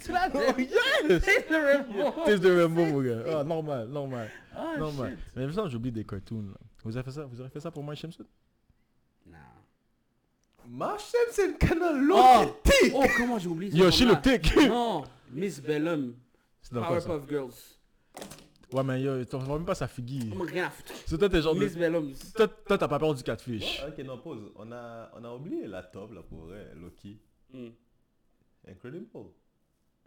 Speaker 2: Tu vas
Speaker 3: Oh,
Speaker 2: dire,
Speaker 3: yes!
Speaker 2: c'est le Rainbow.
Speaker 3: Taste de Rainbow, mon gars. Ah, normal, normal,
Speaker 2: Ah,
Speaker 3: normal.
Speaker 2: shit.
Speaker 3: Mais il me semble que j'oublie des cartoons. là. Vous avez fait ça, vous avez fait ça pour moi, Shamsun
Speaker 2: Non.
Speaker 6: Marchem, c'est le canal
Speaker 2: Oh.
Speaker 6: l'autre qui
Speaker 2: Oh, comment j'ai oublié ce
Speaker 3: Yo,
Speaker 2: format.
Speaker 3: Shiloptic!
Speaker 2: Non, Miss Bellum,
Speaker 3: C'est dans quoi ça
Speaker 2: Powerpuff Girls.
Speaker 3: Ouais, mais yo, t'en vois même pas sa figure.
Speaker 2: On m'a rien à foutre.
Speaker 3: C'est toi, t'es genre de...
Speaker 2: Miss Bellum.
Speaker 3: Toi, toi, t'as pas peur du catfish.
Speaker 4: Ah, Ok, non, pause. On a, on a oublié la top là pour vrai, Loki.
Speaker 2: Hmm.
Speaker 4: Incredible.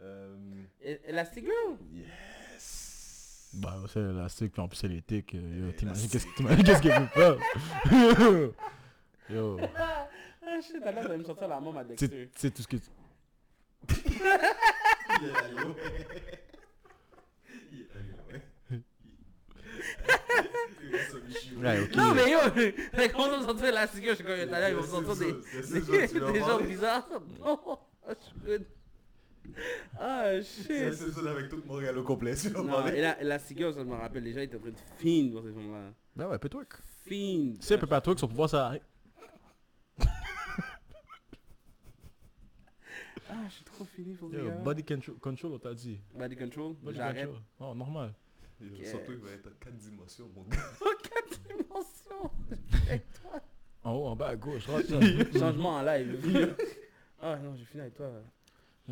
Speaker 4: Euh,
Speaker 2: Et- Elastic Girl
Speaker 4: yes.
Speaker 3: Bah, c'est l'élastique, puis en plus, c'est l'éthique. Yo, t'imagines
Speaker 4: Élastique.
Speaker 3: qu'est-ce t'imagines qu'est-ce qu'il veut faire Yo,
Speaker 2: Ah shit, alors elle va me sortir la mom à
Speaker 3: tu
Speaker 2: Dexter.
Speaker 3: sais- tu sais tout ce que tu... Ouais, ok.
Speaker 2: Non mais yo, mais comment ça me sortir Elastic Girl Je suis comme, yo, t'as l'air, ils vont me sortir des... Des, des gens bizarres. Non, oh, je suis- Ah shit.
Speaker 4: avec tout mon regalo complet,
Speaker 3: Oh,
Speaker 4: si
Speaker 2: Non, et la, Elastic Girl, ça me rappelle, les gens étaient en train de fiend dans ces films-là.
Speaker 3: Bah ouais, pétouac.
Speaker 2: Fiend.
Speaker 3: Si elle peut pas twerk, son pouvoir, ça arrive.
Speaker 2: Ah, je suis trop fini pour les
Speaker 3: Yo,
Speaker 2: gars.
Speaker 3: body control, control, on t'a dit.
Speaker 2: Body control,
Speaker 3: Body
Speaker 2: j'arrête.
Speaker 3: control. Oh, normal.
Speaker 4: Surtout, il va être en 4 dimensions, mon gars.
Speaker 2: Quatre dimensions.
Speaker 3: En haut, en bas, à gauche, droite.
Speaker 2: Changement en live. ah non, j'ai fini avec toi.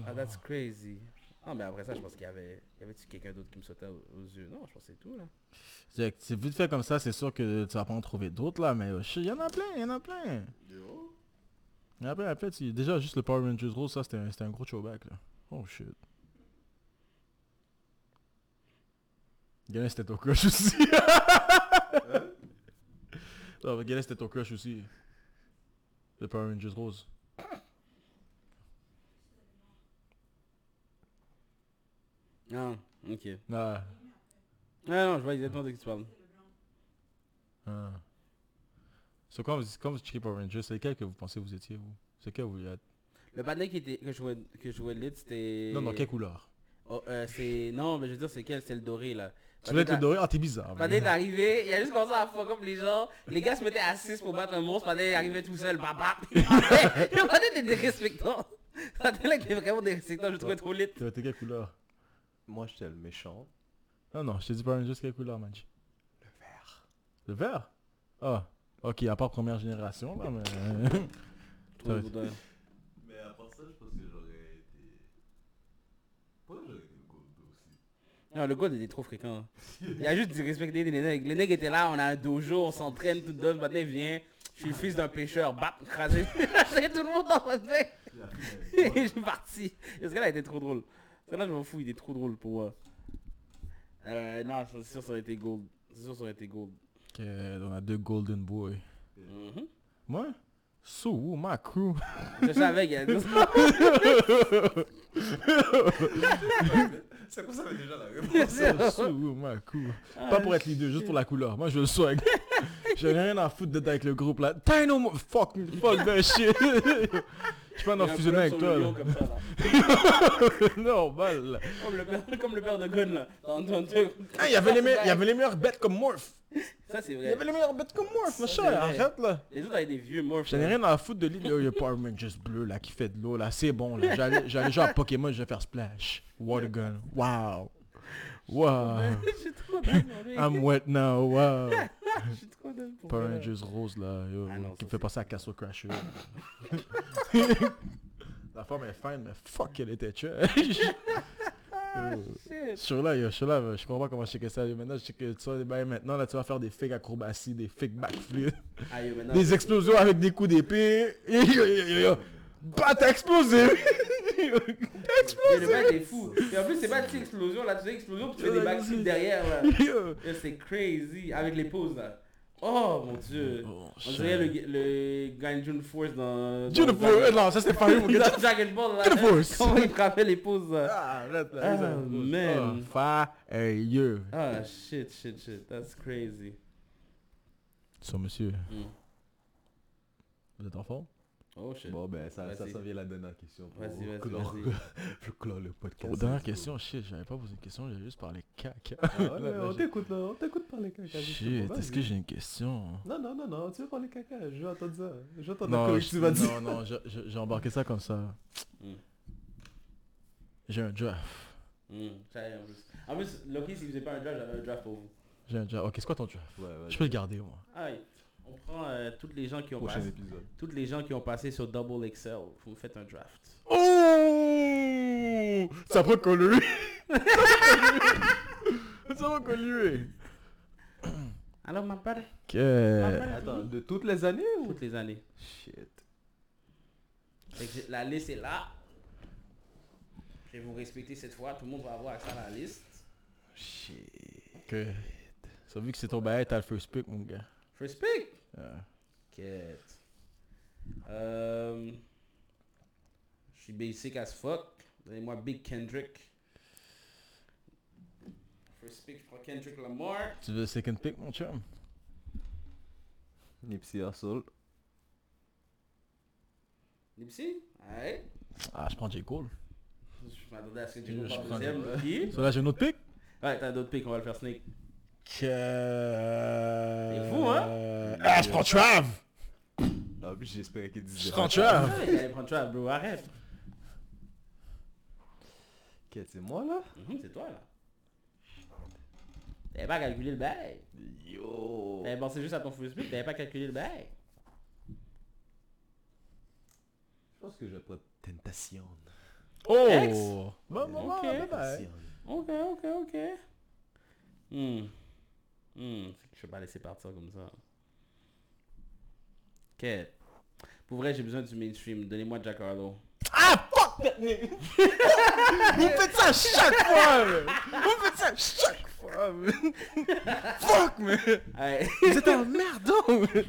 Speaker 2: Ah, that's crazy. Ah, mais après ça, je pense qu'il y avait... Y avait-tu quelqu'un d'autre qui me sautait aux, aux yeux Non, je pense que c'est tout, là.
Speaker 3: C'est que c'est vite fait comme ça, c'est sûr que tu vas pas en trouver d'autres là, mais il y en a plein, il y en a plein. Il y en a plein, après, tu- déjà juste le Power Rangers Rose, ça c'était un, c'était un gros showback là. Oh shit. Galen c'était ton crush aussi. non, mais Galen c'était ton crush aussi. Le Power Rangers Rose.
Speaker 2: Ah, ok.
Speaker 3: Ah,
Speaker 2: Ah non, je vois exactement de qui tu parles.
Speaker 3: ah. So, quand vous, quand vous checkez Power Rangers, c'est lequel que vous pensez vous étiez vous C'est quel vous vouliez être
Speaker 2: Le panel qui était, que je jouais, que je jouais lit, c'était...
Speaker 3: Non, non, quelle couleur
Speaker 2: Oh, euh, c'est... Non, mais je veux dire, c'est quel C'est le doré, là.
Speaker 3: Tu voulais être le
Speaker 2: Panel-
Speaker 3: doré Ah, t'es bizarre.
Speaker 2: Panel est arrivé, il a juste commencé à fuck up les gens. Les gars se mettaient à 6 pour battre un monstre, Panel est arrivé tout seul, baba. Panel était dérespectant. Panel était vraiment dérespectant, je le trouvais trop lit.
Speaker 3: T'as été quelle couleur Ah
Speaker 4: Moi, j'étais le méchant.
Speaker 3: Non, non, je te dis pas juste quelle couleur, Manji. Le vert. Le vert Ah, ok, à part première génération, là, mais...
Speaker 2: Trop
Speaker 3: Ouais.
Speaker 2: de-
Speaker 4: Mais à part ça, je pense que j'aurais été. Pourquoi j'aurais été gold aussi
Speaker 2: Non, le gold était trop fréquent. hein. Il a juste disrespecté les nègres. Les nègres étaient là, on a un dojo, on s'entraîne, tout d'œuvre, maintenant il vient. Je suis le fils d'un pêcheur, bap, crasé. J'ai tout le monde dans votre tête. Et je suis parti. Et ce gars-là était trop drôle. Ce gars-là, je m'en fous, il était trop drôle pour moi. Euh, non, c'est sûr, ça aurait été gold. C'est sûr, ça aurait été gold.
Speaker 3: Ok, on a deux Golden Boy.
Speaker 2: Mhm.
Speaker 3: Moi Sou, ma crew.
Speaker 2: Je savais qu'il y avait
Speaker 4: C'est quoi ça avait déjà la
Speaker 3: Sou, ma crew. Pas pour être les deux, juste pour la couleur. Moi, je veux le swag. J'ai rien à foutre d'être avec le groupe, là. Dino, mo- fuck, me, fuck that shit. Je suis pas en fusionner avec toi, là.
Speaker 2: Comme, ça, là.
Speaker 3: Normal, là.
Speaker 2: Comme le père, comme le père de Gun, là. Dans- dans- dans-
Speaker 3: Hey, y avait les me- y avait les meilleurs bêtes comme Morph.
Speaker 2: Ça, c'est
Speaker 3: Y
Speaker 2: vrai.
Speaker 3: avait les meilleures bêtes comme Morph,
Speaker 2: Ça, c'est
Speaker 3: machin.
Speaker 2: vrai.
Speaker 3: Arrête, là.
Speaker 2: Les autres avaient des vieux morphs.
Speaker 3: J'en ai
Speaker 2: là.
Speaker 3: rien à foutre de l'île. Yo, yo, Power Rangers bleu là qui fait de l'eau là, c'est bon là. J'allais j'allais jouer à Pokémon, je vais faire Splash. Water Gun. Wow. Wow.
Speaker 2: Je suis trop dingue, mon mec.
Speaker 3: I'm wet now. Wow.
Speaker 2: Je suis trop dingue pour
Speaker 3: Power
Speaker 2: vrai, là.
Speaker 3: Rangers rose là, yo,
Speaker 2: Ah non, ça,
Speaker 3: qui
Speaker 2: c'est-
Speaker 3: me fait passer à Castle Crasher. La femme est fine, mais fuck, elle était trash. Yo.
Speaker 2: Shit.
Speaker 3: Sur là, yo, sur là, je comprends pas comment je checker ça. Yo, Maintenant, je check que tu vas- ben, maintenant là, tu vas faire des fake acrobaties, des fake backflips.
Speaker 2: Ah, yo, maintenant,
Speaker 3: Des explosions avec des coups d'épée. Yo, yo, yo, yo, yo. Bah t'as explosé T'as
Speaker 2: yo, le mec
Speaker 3: explosé
Speaker 2: est fou. Et en plus, c'est pas des explosions là, tu fais explosion puis tu fais des backflips derrière là.
Speaker 3: Yo.
Speaker 2: Yo, C'est crazy avec les pauses là. Oh mon dieu.
Speaker 3: Oh,
Speaker 2: On
Speaker 3: shit.
Speaker 2: dirait le, le Ganjun Force dans... dans-
Speaker 3: June Force, non, ça c'est fire, mon gars.
Speaker 2: dans Dragon Ball, là.
Speaker 3: June Force.
Speaker 2: Comment il frappait les poses là.
Speaker 3: Ah, arrête,
Speaker 2: Ah,
Speaker 3: là,
Speaker 6: Oh,
Speaker 3: ça-
Speaker 2: man.
Speaker 3: Ah, Fire.
Speaker 2: Ah, shit, shit, shit. That's crazy.
Speaker 3: So, monsieur,
Speaker 6: Hmm.
Speaker 2: Mm.
Speaker 3: vous êtes en forme?
Speaker 2: Oh, shit.
Speaker 6: Bon, Oh, ben, ça, ça,
Speaker 2: Vas-y.
Speaker 6: ça vient la dernière question. pour
Speaker 2: Vas-y, vas-y,
Speaker 6: clore-
Speaker 2: vas-y.
Speaker 6: pour clore le podcast.
Speaker 3: Oh, dernière question, shit, j'avais pas posé de question, j'avais juste parlé caca.
Speaker 6: Ah ouais,
Speaker 3: Là,
Speaker 6: mais
Speaker 3: là,
Speaker 6: on
Speaker 3: j'ai-
Speaker 6: t'écoute, là, on t'écoute parler caca. juste
Speaker 3: Shit,
Speaker 6: pour ça,
Speaker 3: est-ce que j'ai une question?
Speaker 6: Non, non, non, non, tu veux parler caca, je vais entendre ça. Je vais entendre la
Speaker 3: Non,
Speaker 6: que
Speaker 3: je-
Speaker 6: tu vas dire. Hmm.
Speaker 3: non, non, je- je- j'ai embarqué ça comme ça.
Speaker 2: Mm.
Speaker 3: J'ai un draft.
Speaker 2: Mm, ça y est, en plus. En plus, Loki, si vous n'avez pas un draft, j'avais un draft pour vous.
Speaker 3: J'ai un draft. Ok, c'est quoi ton draft?
Speaker 6: Ouais, ouais,
Speaker 3: Je peux le garder, moi.
Speaker 2: Ah, oui. on prend euh, toutes les gens qui ont
Speaker 6: prochain
Speaker 2: passé,
Speaker 6: épisode.
Speaker 2: toutes les gens qui ont passé sur Double Excel. Vous me faites un draft.
Speaker 3: Oh Ça va colluer Ça va colluer
Speaker 2: Alors, ma part,
Speaker 3: Ok.
Speaker 6: Euh, Attends, de toutes les années ou
Speaker 2: toutes les années.
Speaker 6: Shit.
Speaker 2: Fait que j'ai- la liste est là. Je vais vous respecter cette fois. Tout le monde va avoir accès à la liste.
Speaker 6: Shit.
Speaker 3: Ok. Ça vu que c'est ton bail, t'as le first pick, mon gars.
Speaker 2: First pick.
Speaker 3: Euh,
Speaker 2: Quête. Euh, je suis basic as fuck. Donnez-moi Big Kendrick. First pick, je prends Kendrick Lamar.
Speaker 3: Tu veux le second pick, mon chum
Speaker 6: Nipsey Hussle.
Speaker 2: Nipsey? Alright.
Speaker 3: Ah, je prends J. Cole.
Speaker 2: Je m'attendais à ce que tu
Speaker 3: Je- je
Speaker 2: comprennes
Speaker 3: prends-
Speaker 2: deuxième. Loki.
Speaker 3: So là, j'ai un autre pick
Speaker 2: Ouais, t'as d'autres picks, on va le faire snake.
Speaker 3: Que...
Speaker 2: T'es fou,
Speaker 3: Euh, Ah, je prends Trav
Speaker 6: Ah, puis j'espérais qu'il disait.
Speaker 3: Je prends
Speaker 6: Ah.
Speaker 2: Ouais,
Speaker 3: Trav
Speaker 2: t'allais prendre Trav, bro, arrête.
Speaker 6: Ok, c'est moi là
Speaker 2: Mhm, c'est toi, là. T'avais pas calculé le bail.
Speaker 6: Yo
Speaker 2: T'avais pensé juste à ton first pick, t'avais pas calculé le bail.
Speaker 6: Je pense que je vais prendre Tentation.
Speaker 2: Ex.
Speaker 3: Oh Bon, bon, bon,
Speaker 2: Ok.
Speaker 3: bye bye.
Speaker 6: Tentation.
Speaker 2: Ok, ok, ok. Hmm. Hmm. Je vais pas laisser partir comme ça. Ok. Pour vrai, j'ai besoin du mainstream. Donnez-moi Jack Harlow.
Speaker 3: Ah, fuck that nigga Vous faites ça à chaque fois, man. Vous faites ça à chaque fois, man. Fuck, man
Speaker 2: Alright.
Speaker 3: Vous êtes un merdon, man.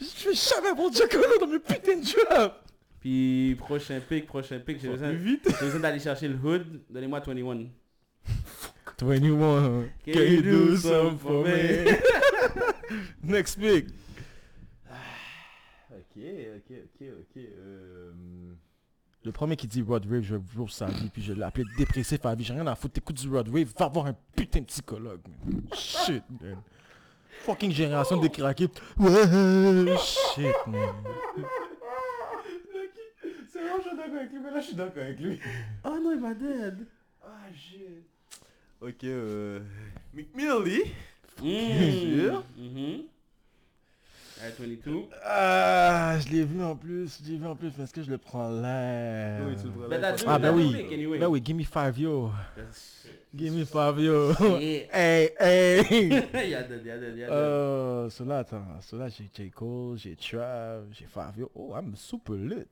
Speaker 3: Je fais jamais pour Giacomo dans mes putains de jobs
Speaker 2: Puis prochain pic, prochain pic, j'ai besoin,
Speaker 3: vite
Speaker 2: j'ai besoin d'aller chercher le hood. Donnez-moi 21.
Speaker 3: 21,
Speaker 2: Can you do some for me?
Speaker 3: Next pick
Speaker 6: Ok, ok, ok, ok. Euh...
Speaker 3: Le premier qui dit Rod Wave, je roule sa vie, puis je l'ai appelé dépressif à vie, j'ai rien à foutre, t'écoutes du Rod Wave, va voir un putain de psychologue, man. Shit, man. Fucking génération de craqués. Ouais, shit, man.
Speaker 6: C'est vraiment je suis d'accord avec lui, mais là je suis d'accord avec lui.
Speaker 2: Oh non, il m'a dead.
Speaker 6: Ah shit. Ok, euh... McMillie
Speaker 3: Hmm.
Speaker 2: Mmh.
Speaker 3: Mm-hmm.
Speaker 2: Mhm. Alright, 22.
Speaker 3: Ah, je l'ai vu en plus, je l'ai vu en plus, mais est-ce que je le prends là
Speaker 6: Oui, tu le prends
Speaker 2: Ben,
Speaker 6: là, parce
Speaker 2: t'as deux,
Speaker 6: que-
Speaker 3: Ah, ben
Speaker 2: t'as
Speaker 3: oui.
Speaker 2: deux pics, anyway.
Speaker 3: Ben oui, give me five yo.
Speaker 2: Shit.
Speaker 3: Give me five yo. hey, hey.
Speaker 2: Il y a dead, il y a dead, il y a dead.
Speaker 3: Euh, cela, attends, cela, j'ai J. Cole, j'ai Trav, j'ai five yo. Oh, I'm super lit.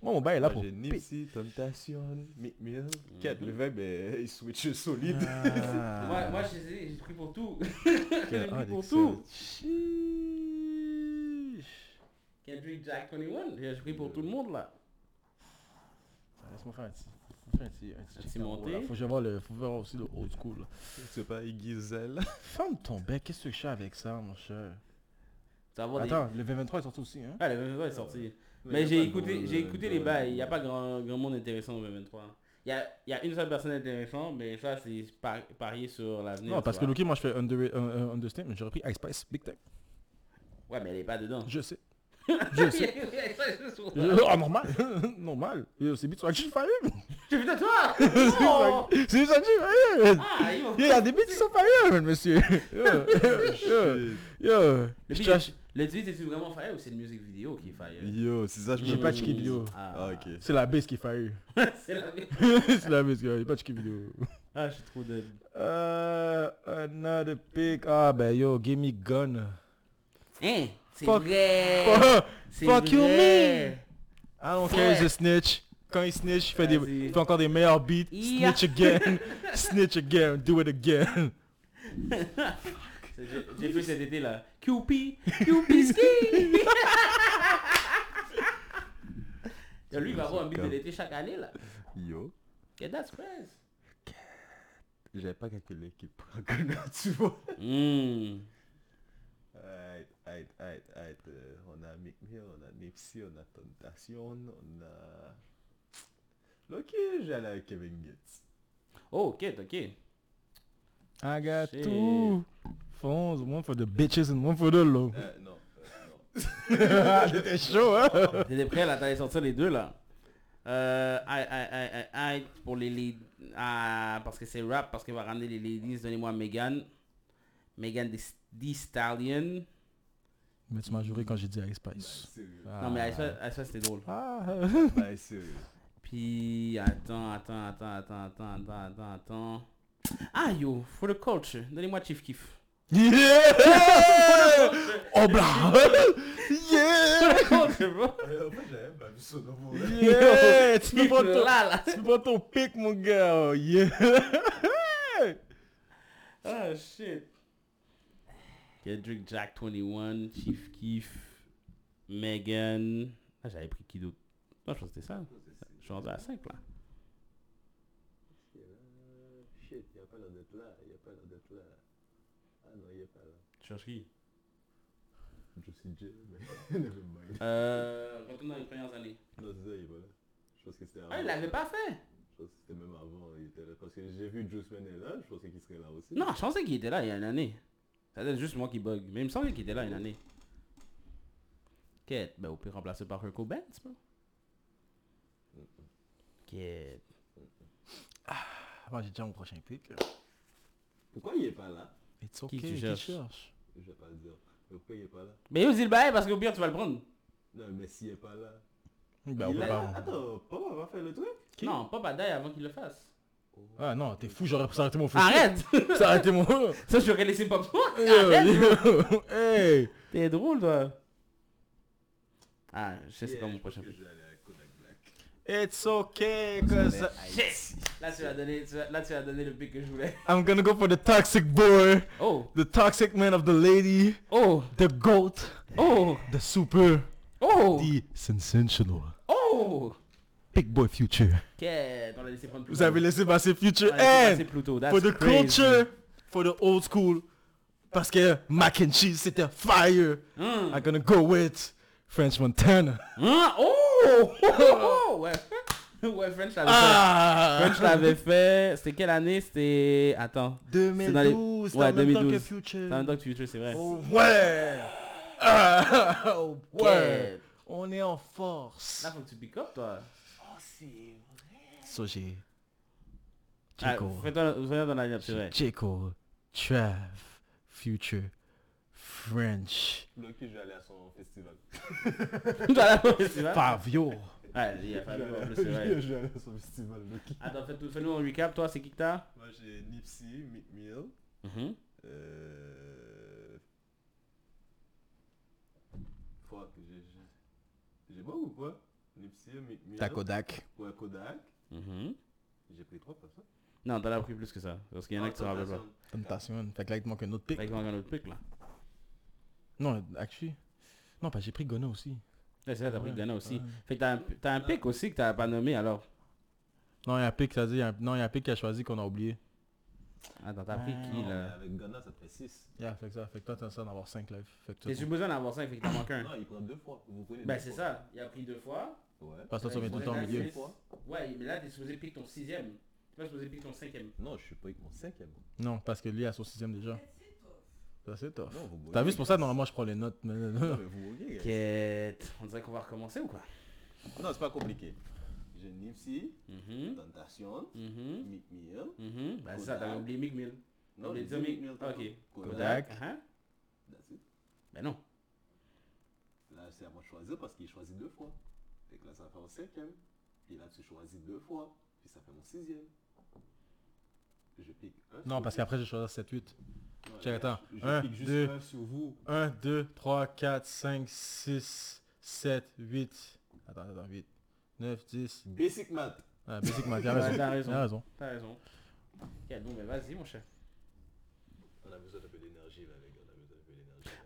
Speaker 3: Moi, mon bail est là
Speaker 6: Ah,
Speaker 3: pour
Speaker 6: J'ai
Speaker 3: péter.
Speaker 6: Nipsey, Temptation, McMill.
Speaker 2: Mm-hmm.
Speaker 6: Quatre, le vibe, est- il switch solide.
Speaker 3: Ah.
Speaker 2: Moi, moi j'ai j'ai pris pour tout. j'ai
Speaker 3: Ah,
Speaker 2: pris pour
Speaker 3: Dixon.
Speaker 2: tout.
Speaker 3: Chiche.
Speaker 2: Kendrick Jack 21, j'ai pris pour tout le monde là.
Speaker 3: Ah, Laisse-moi faire un petit. faire Un petit, un petit,
Speaker 2: Un
Speaker 3: check
Speaker 2: petit
Speaker 3: en haut,
Speaker 2: monté.
Speaker 3: là. Faut que je vois le, faut voir aussi le old school. là.
Speaker 6: C'est pas Iggy Zelle.
Speaker 3: Ferme ton bec, qu'est-ce que je fais avec ça, mon cher
Speaker 2: Ça va des...
Speaker 3: Attends, le V23 est sorti aussi, hein
Speaker 2: Ah, le 23 est sorti.
Speaker 6: y
Speaker 2: Mais
Speaker 6: a
Speaker 2: j'ai
Speaker 6: pas de
Speaker 2: écouté,
Speaker 6: bon,
Speaker 2: j'ai
Speaker 6: euh,
Speaker 2: écouté
Speaker 6: de-
Speaker 2: les bails. Il n'y a pas grand, grand monde intéressant au 23. Il y a, il y a une seule personne intéressante, mais ça, c'est par- parier sur l'avenir.
Speaker 3: Non, parce
Speaker 2: tu
Speaker 3: que
Speaker 2: vois.
Speaker 3: Loki, moi, je fais under, un- un understatement. J'aurais pris Ice Spice, Big Tech.
Speaker 2: Ouais, mais elle est pas dedans.
Speaker 3: Je sais. Je sais.
Speaker 2: Euh,
Speaker 3: Je- Ah, normal. normal. Yo, C'est beat sur Action Fire.
Speaker 2: J'ai vu de toi Oh
Speaker 3: C'est beat sur Action Fire.
Speaker 2: Ah, yo.
Speaker 3: Yo, y a des beats qui sont fire, monsieur. Yo, yo, yo.
Speaker 2: Le
Speaker 3: Je
Speaker 2: beat-
Speaker 3: trash-
Speaker 2: Le tweet, c'est vraiment fire ou c'est le music vidéo qui est fire
Speaker 6: Yo, c'est ça, je
Speaker 3: J'ai
Speaker 6: me
Speaker 3: pas checké vidéo.
Speaker 6: Ah, ok.
Speaker 3: C'est la base qui est fire.
Speaker 2: c'est la
Speaker 3: C'est la base, gars. Y'a pas de checké vidéo.
Speaker 2: Ah, je suis trop dead.
Speaker 3: Euh, another pick. Ah ben yo, give me gun.
Speaker 2: Hein C'est
Speaker 3: Fuck.
Speaker 2: vrai
Speaker 3: Oh,
Speaker 2: Eh, C'est
Speaker 3: fuck you,
Speaker 2: vrai.
Speaker 3: I don't
Speaker 2: Ouais.
Speaker 3: care, je snitch. Quand il snitch, il fait, des,
Speaker 2: Vas-y.
Speaker 3: il fait encore des meilleurs beats.
Speaker 2: Yeah.
Speaker 3: Snitch again. snitch again. Do it again.
Speaker 2: C'est J- J'ai vu cet été là. QP, QP ski. Yo, lui, il va avoir un beat de l'été chaque année là.
Speaker 4: Yo,
Speaker 2: Yeah, that's crazy.
Speaker 4: j'avais pas calculé qu'il prend Gunnar, tu vois.
Speaker 2: Mm.
Speaker 4: Alright, alright, alright, alright. euh, on a Mick Mill, on a Nipsey, on a Tentation, on a... Là, ok, j'allais avec Kevin Gates.
Speaker 2: Oh, ok, ok.
Speaker 3: I got
Speaker 2: Shit.
Speaker 3: two phones, one for the bitches and one for the low.
Speaker 4: Euh, non, euh, non.
Speaker 3: C'était chaud, hein?
Speaker 2: T'étais prêt là, t'allais sortir les deux là. Euh, I, I, I, I, I pour les lead, ah, parce que c'est rap, parce qu'il va ramener les ladies, donnez-moi Megan. Megan Thee Thee Stallion.
Speaker 3: Mais tu m'as juré quand j'ai dit Ice Spice.
Speaker 4: Sérieux.
Speaker 2: Non mais Aïssa, Aïssa, c'était drôle.
Speaker 3: Ah.
Speaker 4: Ben, sérieux.
Speaker 2: Puis, attends, attends, attends, attends, attends, attends, attends, attends. Ah yo, for the culture, donnez-moi Chief Keef.
Speaker 3: Yeah! oh blanc!
Speaker 2: For
Speaker 3: yeah!
Speaker 2: the culture, bro.
Speaker 4: Euh, en fait, j'avais pas vu son nom. ouais.
Speaker 3: Yeah! tu peux
Speaker 2: Chief
Speaker 3: pas ton,
Speaker 2: là, là.
Speaker 3: tu peux pas ton pic, mon gars! oh, Yeah!
Speaker 2: Oh shit. Kendrick Jack 21, Chief Keef, Megan. Ah, j'avais pris qui d'autre Non, je pense que c'était ça. Je suis rendu à 5 là.
Speaker 4: Euh, Shit, y'a pas l'air d'être là, y'a pas l'air d'être là. Ah non, y'a pas là.
Speaker 2: Tu cherches qui
Speaker 4: Je suis Jay, mais never mind.
Speaker 2: Euh. Retourne dans les premières années.
Speaker 4: Non, c'est ça, il est pas là. Je pense que c'était avant.
Speaker 2: Ah, il l'avait pas fait
Speaker 4: Je pense que c'était même avant, il était là. Parce que j'ai vu Juice Man est là, je pensais qu'il serait là aussi.
Speaker 2: Non, je pensais qu'il était là il y a une année. Ça doit être juste moi qui bug. Mais il me semblait qu'il était là une année. Quête, ben au pire remplacé par Herco Benz, bro. Quête.
Speaker 3: Avant, Ah, j'ai déjà mon prochain pic.
Speaker 4: Pourquoi il est pas là
Speaker 3: It's
Speaker 2: Qui
Speaker 3: okay,
Speaker 2: tu
Speaker 3: qui
Speaker 2: cherches?
Speaker 3: cherche?
Speaker 4: Je vais pas le dire. Mais pourquoi il est pas là
Speaker 2: Mais yo, dis le bail parce qu'au pire tu vas le prendre.
Speaker 4: Non, mais s'il est pas là.
Speaker 3: Ben, on
Speaker 4: il
Speaker 3: peut
Speaker 4: est là.
Speaker 3: pas.
Speaker 4: Attends, papa va faire le truc
Speaker 2: Non, pas Badaï avant qu'il le fasse.
Speaker 3: Ah non, t'es fou, j'aurais pu arrêter mon feu.
Speaker 2: Arrête
Speaker 3: Arrêtez mon...
Speaker 2: Ça, j'aurais laissé pas pour toi. Arrête
Speaker 3: Yo, yo. Hey!
Speaker 2: T'es drôle, toi. Ah, je sais c'est
Speaker 4: Yeah,
Speaker 2: pas mon
Speaker 4: je pense
Speaker 2: prochain
Speaker 4: que
Speaker 2: pic.
Speaker 4: je vais aller à Kodak Black.
Speaker 3: It's okay, cause...
Speaker 2: Yes Là, tu as donné, tu as- là, tu as donné le pic que je voulais.
Speaker 3: I'm gonna go for the toxic boy,
Speaker 2: Oh
Speaker 3: the toxic man of the lady,
Speaker 2: Oh
Speaker 3: the goat,
Speaker 2: Oh
Speaker 3: the super,
Speaker 2: Oh
Speaker 3: the sensational,
Speaker 2: Oh
Speaker 3: big boy future.
Speaker 2: Ok, on l'a laissé prendre plus
Speaker 3: Vous avez laissé passer
Speaker 2: Ah,
Speaker 3: future and
Speaker 2: C'est Pluto, that's
Speaker 3: for the
Speaker 2: crazy.
Speaker 3: culture, for the old school, parce que mac and cheese c'était fire.
Speaker 2: Hum,
Speaker 3: I'm gonna go with French Montana.
Speaker 2: hum, Oh Oh, oh, oh, Ouais Ouais, French l'avait fait.
Speaker 3: Ah!
Speaker 2: French l'avait fait. C'était quelle année C'était... Attends. C'est dans les-
Speaker 3: 2012,
Speaker 2: Ouais,
Speaker 3: en même temps que
Speaker 2: 2012. C'est en
Speaker 3: future.
Speaker 2: même temps que Future, c'est vrai.
Speaker 3: Oh, ouais! Ah, oh, ouais!
Speaker 2: Ok.
Speaker 3: On est en force.
Speaker 2: Là, faut que tu pick up, toi.
Speaker 3: So j'ai...
Speaker 2: Ah,
Speaker 3: Chico.
Speaker 2: Fais-toi fais-toi dans la ligne, c'est vrai.
Speaker 3: Jacob, Trav, Future, French,
Speaker 4: Là, ok, je vais aller à son festival.
Speaker 2: Voilà, c'est vrai.
Speaker 3: Fabio.
Speaker 2: Ouais, il y a Fabio en plus, c'est vrai.
Speaker 4: Je vais aller à son festival, Loki.
Speaker 2: Attends, fais- fais-nous un recap, toi, c'est qui que t'as
Speaker 4: Moi, j'ai Nipsey, Mick Mill.
Speaker 3: Mhm,
Speaker 4: Euh... Fuck, j'ai... j'ai- J'ai bon ou quoi Nipsey, Mick Mill,
Speaker 3: T'as Kodak.
Speaker 4: ouais, Kodak.
Speaker 2: Mhm.
Speaker 4: J'ai pris trois personnes. Ah,
Speaker 2: Non, t'en as pris plus que ça, parce qu'il y en
Speaker 3: Ah,
Speaker 2: a qui se rappellent pas.
Speaker 3: Temptation. Fait que là, il te manque un autre pic.
Speaker 2: Fait qu'il manque un autre pic, là.
Speaker 3: Non, actually. Non, parce que j'ai pris Ghana aussi.
Speaker 2: Là, c'est là, t'as pris
Speaker 3: Ouais,
Speaker 2: Ghana aussi. Fait que t'as un- t'as un pic aussi que t'as pas nommé, alors.
Speaker 3: Non, il y a un pic, ça dit, il y a un- non, il y a un pic qu'il a choisi qu'on a oublié.
Speaker 2: Attends, t'as pris qui,
Speaker 4: Non, mais
Speaker 2: là
Speaker 4: avec Ghana, ça te fait 6.
Speaker 3: Yeah, fait que ça, fait que toi, t'as ça d'en avoir 5 live. Fait que toi,
Speaker 2: T'es
Speaker 3: ton-
Speaker 2: sur besoin d'avoir ça, fait que t'en manques un.
Speaker 4: Non, il prend deux fois. Vous prenez
Speaker 2: Ben,
Speaker 4: deux
Speaker 2: c'est
Speaker 4: fois.
Speaker 2: ça. Il a pris deux fois.
Speaker 4: Ouais.
Speaker 3: parce que toi, tu mets tout le temps au
Speaker 2: Ouais,
Speaker 3: milieu.
Speaker 2: six. Ouais, mais là, t'es supposé piquer ton sixième. T'es pas supposé piquer ton cinquième.
Speaker 4: Non, je suis pas avec mon cinquième.
Speaker 3: Non, parce que lui, il a son sixième déjà. Ça, c'est tough.
Speaker 4: Non, vous
Speaker 3: T'as vu,
Speaker 4: voyez.
Speaker 3: c'est pour ça, normalement, je prends les notes. Mais...
Speaker 4: Non, mais vous voyez, gars.
Speaker 2: Quête. On dirait qu'on va recommencer ou quoi
Speaker 4: Non, c'est pas compliqué. J'ai Nipsey,
Speaker 2: Mhm.
Speaker 4: Tentation,
Speaker 2: Mhm.
Speaker 4: Mick Mill.
Speaker 2: Mhm. Ben, c'est ça, t'avais
Speaker 4: Kodak.
Speaker 2: oublié Mick Mill.
Speaker 4: Non,
Speaker 2: Les
Speaker 4: j'ai dit
Speaker 2: amis-
Speaker 4: Mill.
Speaker 2: Ah, ok.
Speaker 4: Kodak.
Speaker 3: Kodak.
Speaker 2: Uh-huh.
Speaker 4: That's it.
Speaker 2: Ben non.
Speaker 4: Là, c'est à moi de choisir parce qu'il choisit deux fois. Fait que là, ça fait mon cinquième. Et là, tu choisis deux fois. Puis ça fait mon sixième. Je pique un.
Speaker 3: Non,
Speaker 4: sur
Speaker 3: parce
Speaker 4: vous.
Speaker 3: qu'après, j'ai choisi 7-8.
Speaker 4: Ouais,
Speaker 3: check, attends.
Speaker 4: Je, je
Speaker 3: Un,
Speaker 4: pique juste
Speaker 3: deux.
Speaker 4: un sur vous.
Speaker 3: 1, 2, 3, 4, 5, 6, 7, 8. Attends, attends, 8. 9, 10.
Speaker 4: Basic math.
Speaker 3: Ah, basic math,
Speaker 2: Ouais,
Speaker 3: raison.
Speaker 2: t'as raison.
Speaker 3: T'as raison.
Speaker 2: T'as raison. Ok, bon, mais vas-y, mon cher.
Speaker 4: On a besoin d'un peu d'énergie, là, les gars.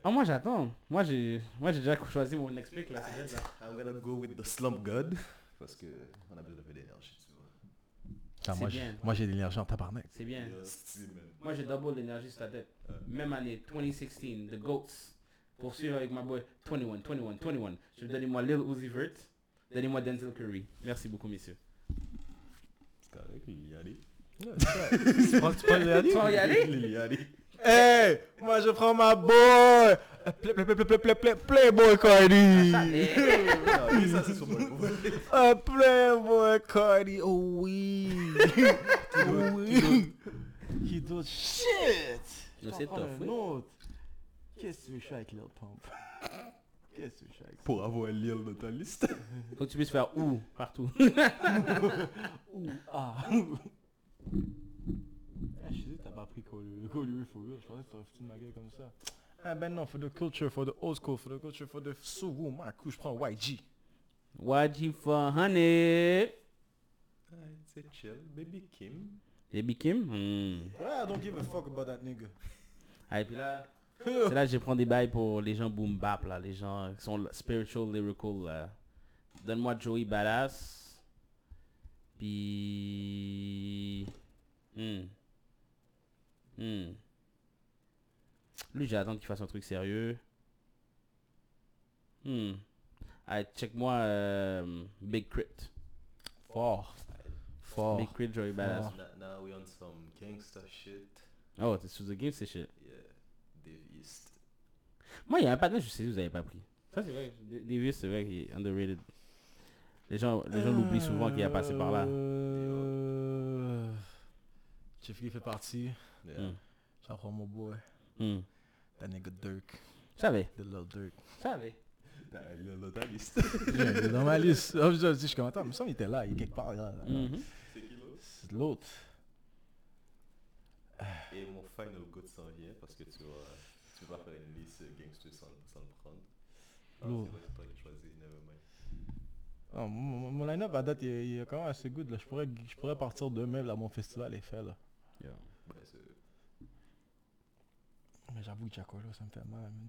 Speaker 2: Ah, moi j'attends. Moi j'ai moi j'ai déjà choisi mon explique là. c'est bien, là.
Speaker 4: Ah, I'm gonna go with the slump god. Parce que on a besoin de l'énergie, tu vois.
Speaker 3: Putain,
Speaker 2: C'est
Speaker 3: moi, j'ai-
Speaker 2: bien.
Speaker 3: moi, j'ai de l'énergie en tabarnak.
Speaker 2: C'est bien.
Speaker 4: Hostie, man.
Speaker 2: Moi j'ai double l'énergie sur la tête. Même année 2016, The Goats. Pour suivre avec ma boy 21, 21, 21. Je vais donner-moi Lil Uzi Vert. Donnez-moi Denzel Curry. Merci beaucoup messieurs.
Speaker 4: C'est correct, Liliani.
Speaker 7: Tu prends, tu prends le dernier?
Speaker 2: Tu vas y aller
Speaker 4: Liliani.
Speaker 3: Hey, Eh, moi je prends ma boy. Play, play, play, play, play, play, Playboy
Speaker 2: Ah,
Speaker 3: Cardi.
Speaker 4: Non, lui, ça c'est sur moi.
Speaker 3: Ah, Playboy Cardi, oh oui. oui.
Speaker 7: Qui d'autre? Shit!
Speaker 2: Je sais
Speaker 7: Prends
Speaker 2: tough,
Speaker 7: un
Speaker 2: oui.
Speaker 7: autre. Qu'est-ce que je fais avec Lil Pump? Qu'est-ce que je fais avec
Speaker 4: Pour avoir Lil dans ta liste.
Speaker 2: Faut que tu puisses faire ou partout.
Speaker 7: Ouh, ah. Ah, Je sais, t'as pas pris Call lui for real. Je pensais que t'aurais foutu de ma gueule comme ça.
Speaker 3: Ah ben non, for the culture, for the old school, for the culture, for the soul, ma couche, je prends YG.
Speaker 2: YG for honey.
Speaker 4: C'est chill, baby Kim.
Speaker 2: Baby Kim. Hmm.
Speaker 3: Ah, I don't give a fuck about that nigga.
Speaker 2: Ah, et puis là, c'est là que je prends des bails pour les gens boom bap, là, les gens qui sont spiritual, lyrical. là. Donne-moi Joey Badass. Puis... Hmm. Hmm. Lui, j'attends qu'il fasse un truc sérieux. Hmm. Allez, check-moi euh, Big Crit.
Speaker 3: Fort. Fort.
Speaker 2: Big Crit, Joey Badass.
Speaker 3: Ah.
Speaker 4: Now- Bah, Now we on some gangster shit.
Speaker 2: Oh, t'es sous the game, c'est shit.
Speaker 4: Yeah, devious.
Speaker 2: Moi, il y a un patin, je sais que vous avez pas pris. Ça, c'est vrai. D- Davis, c'est vrai qu'il est underrated. Les gens, les gens l'oublient souvent qu'il a passé par là.
Speaker 3: Euh, Chief Keef fait partie.
Speaker 4: Yeah.
Speaker 2: Mm.
Speaker 3: J'en prends mon boy.
Speaker 2: Hmm.
Speaker 3: That nigga Dirk.
Speaker 2: Je savais.
Speaker 3: The little Dirk.
Speaker 2: Je savais.
Speaker 4: T'as Lil dans ta liste.
Speaker 3: Yeah, il est dans ma liste. Ah, Je je suis comme, attends, mais ça, il était là, il est quelque part. là, là, là.
Speaker 7: Mm.
Speaker 2: Mhm.
Speaker 4: C'est qui l'autre?
Speaker 3: C'est l'autre.
Speaker 4: Et mon final goût s'en vient parce que tu vas, tu vas faire une liste gangster sans, sans le prendre. Ah,
Speaker 3: Lourd.
Speaker 4: c'est vrai, c'est toi qui choisis, nevermind.
Speaker 3: Non, Ah, mon mon- mon line-up à date, il est, il est quand même assez good. Là. Je, pourrais, je pourrais partir demain, là, mon festival est fait. Là.
Speaker 4: Ben, c'est-
Speaker 3: Mais j'avoue que Jackolo, ça me fait mal. man.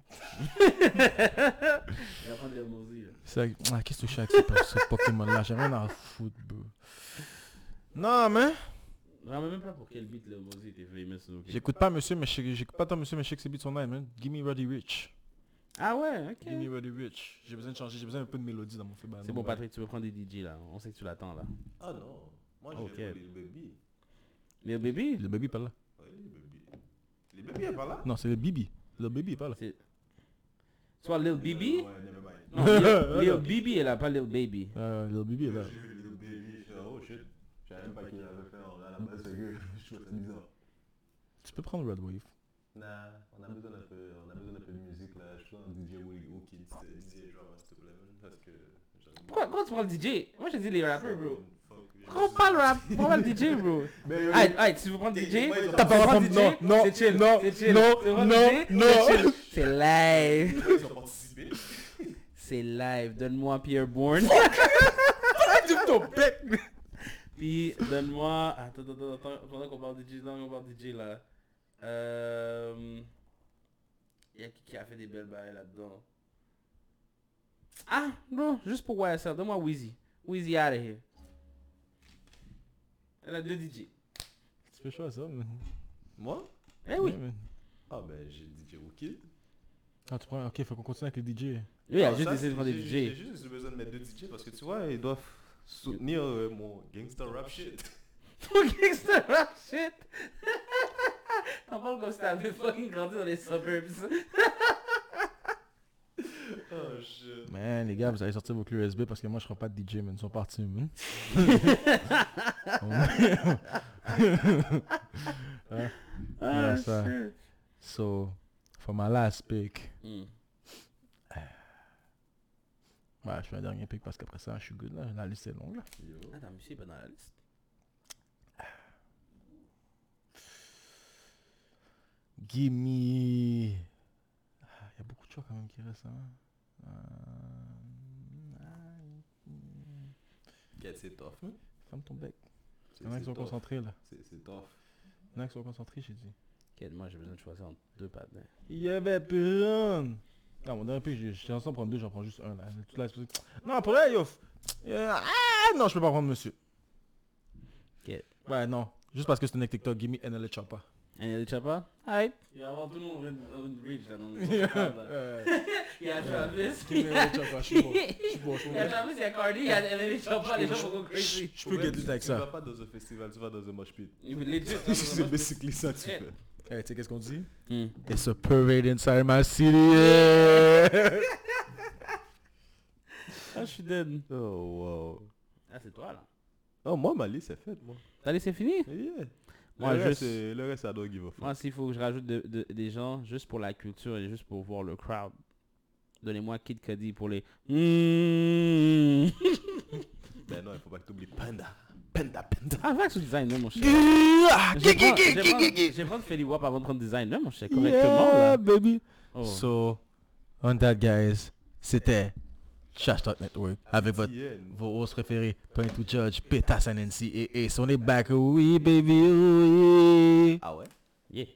Speaker 2: Il va prendre des Mosey, là.
Speaker 3: C'est- ah, Qu'est-ce que je fais avec ce po- ce Pokémon-là J'ai rien à foutre, bro. Non, mais
Speaker 2: Je me rappelle même pas pour quel beat le Mosey était famous. donc.
Speaker 3: j'écoute pas monsieur, mais je sais- j'écoute pas tant monsieur, mais je sais que c'est beat son âme, man. Give me Ruddy Rich.
Speaker 2: Ah ouais, ok.
Speaker 3: Give me Ready Rich. J'ai besoin de changer, j'ai besoin un peu de mélodie dans mon film.
Speaker 2: C'est bon, Patrick, tu peux prendre des DJ là. On sait que tu l'attends là.
Speaker 4: Ah non, moi
Speaker 2: Ok.
Speaker 4: je vais pour les baby.
Speaker 2: Mais le bébé,
Speaker 3: Le baby pas là.
Speaker 4: Ouais, les Oh, baby. Les baby, elle est pas là
Speaker 3: Non, c'est le bibi. Le baby pas là.
Speaker 2: c'est. Soit Lil Bibi.
Speaker 4: Ouais, nevermind.
Speaker 2: Non, Lil, Lil Bibi est là, pas Lil Baby.
Speaker 3: Euh, le bibi est là.
Speaker 4: J'ai vu les baby, je suis là, oh shit. Je savais même pas qu'il avait fait en- à la base, c'est que je trouve ça bizarre.
Speaker 3: Tu peux prendre Red Wave.
Speaker 4: Nah, on a besoin d'un peu, on a besoin d'un peu de musique là. Je suis un DJ Willy Hawkins, euh, DJ genre Master Plan, parce que j'aime
Speaker 2: Pourquoi, pourquoi tu prends le DJ Moi je dis les rappeurs, bro.
Speaker 4: Fuck, je-
Speaker 2: Pourquoi on parle rap Pourquoi le DJ, bro
Speaker 4: Mais, euh,
Speaker 2: Aïe, aïe, si vous prenez DJ,
Speaker 4: Moi, ils ont-
Speaker 2: tu
Speaker 3: T'as pas
Speaker 2: prends
Speaker 3: vraiment-
Speaker 2: DJ,
Speaker 3: non, non,
Speaker 2: c'est chill,
Speaker 3: non,
Speaker 2: c'est chill.
Speaker 3: non,
Speaker 2: Tu prends
Speaker 3: non.
Speaker 2: DJ, c'est chill. C'est live,
Speaker 4: ils ont participé.
Speaker 2: c'est live. Donne-moi Pierre Bourne. Puis donne-moi, attends, attends, attends, attends, pendant qu'on parle DJ, pendant qu'on parle DJ là, euh, il y a qui qui a fait des belles balles là-dedans Ah, non, juste pour YSL, donne-moi Wheezy. Wheezy out of here. Elle a deux DJ.
Speaker 3: Tu peux choisir ça, man.
Speaker 4: Moi
Speaker 2: Eh oui.
Speaker 3: Ouais, man.
Speaker 4: Ah ben j'ai DJ Hawkins.
Speaker 3: Ah, tu prends. Ok, faut qu'on continue avec les DJ.
Speaker 2: Oui, elle a
Speaker 4: Ah,
Speaker 2: juste
Speaker 4: ça,
Speaker 2: décidé de
Speaker 4: c'est-
Speaker 2: prendre des
Speaker 4: j'ai-
Speaker 2: DJ.
Speaker 4: J'ai juste besoin de mettre deux DJ parce que tu vois, ils doivent soutenir euh, mon gangster rap shit.
Speaker 2: Pour gangster rap shit. T'en parles comme si t'avais fucking grandi dans les suburbs.
Speaker 4: Oh shit.
Speaker 3: Man, les gars, vous allez sortir vos clés USB parce que moi je prends pas de DJ, man. Ils sont partis, man. Hein?
Speaker 2: Ah,
Speaker 3: Yeah, ça. So, for my last pick.
Speaker 2: Hmm.
Speaker 3: Ouais, je fais un dernier pick parce qu'après ça, je suis good là. La liste est longue là.
Speaker 4: Yo.
Speaker 2: Attends, mais c'est pas dans la liste.
Speaker 3: Gimme. Il y a beaucoup de choix quand même qui restent. Hein. Euh, ah,
Speaker 4: Get, c'est tough.
Speaker 3: Ferme ton bec.
Speaker 4: C'est
Speaker 3: Il y en a qui
Speaker 4: c'est
Speaker 3: sont
Speaker 4: tough.
Speaker 3: concentrés là.
Speaker 4: C'est c'est tough.
Speaker 3: Il y en a qui sont concentrés, j'ai dit.
Speaker 2: Ok, moi j'ai besoin de choisir entre deux patins.
Speaker 3: Il y avait plus rien. Non, mon dernier pic, j'ai- j'ai censé en prendre deux, j'en prends juste un là. Toute la- Non, pour vrai, yo. f- euh, ah, non, je peux pas prendre monsieur.
Speaker 2: Ok.
Speaker 3: Ouais, non. Juste parce que c'est un mec TikTok, gimme NL Choppa.
Speaker 2: Et il y a des chapas Aïe. Il va y avoir tout le monde en rage là dans le
Speaker 3: NL
Speaker 2: Il y a Travis.
Speaker 3: Choppa, je suis bon. Je suis bon, je suis
Speaker 2: Il y a
Speaker 3: bon.
Speaker 2: Travis, il y a Cardi, il y a les chapas, les gens vont go crazy.
Speaker 3: Je peux get lit avec
Speaker 4: Tu
Speaker 3: ça.
Speaker 4: vas pas dans un festival, tu vas dans un mosh pit.
Speaker 2: Les deux,
Speaker 4: C'est basically ça que tu fais.
Speaker 3: Eh, tu sais qu'est-ce qu'on dit
Speaker 2: Hmm.
Speaker 3: It's a parade inside my city. yeah.
Speaker 2: Ah, je suis dead.
Speaker 4: Oh wow.
Speaker 2: Ah, c'est toi là.
Speaker 4: Oh moi ma liste est faite moi.
Speaker 2: Allez, c'est fini.
Speaker 4: Yeah.
Speaker 2: Moi,
Speaker 4: Moi le
Speaker 2: juste-
Speaker 4: reste, c'est- le reste I don't give a fuck.
Speaker 2: Moi, s'il faut que je rajoute de- de- des gens juste pour la culture et juste pour voir le crowd, donnez-moi Kid Cudi pour les. Mmh.
Speaker 4: Ben non, il faut pas que t'oublies Panda. Panda, Panda.
Speaker 2: Ah, va que tu design, là, mon cher.
Speaker 3: Ah,
Speaker 2: Je vais prendre- je vais prendre- je vais prendre Feli Wap avant de prendre design, là, mon cher, correctement.
Speaker 3: Yeah,
Speaker 2: Là.
Speaker 3: baby.
Speaker 2: Oh.
Speaker 3: So, on that guys, c'était Trash Talk Network avec votre
Speaker 4: Tienne.
Speaker 3: vos hosts préférés, Point to Judge, Pétasse and NCAA. So on est back, oui baby, oui.
Speaker 4: Ah ouais?
Speaker 2: Yeah.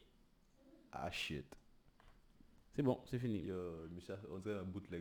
Speaker 4: Ah shit.
Speaker 2: C'est bon, c'est fini.
Speaker 4: Yo, Michel, on dirait un bootleg.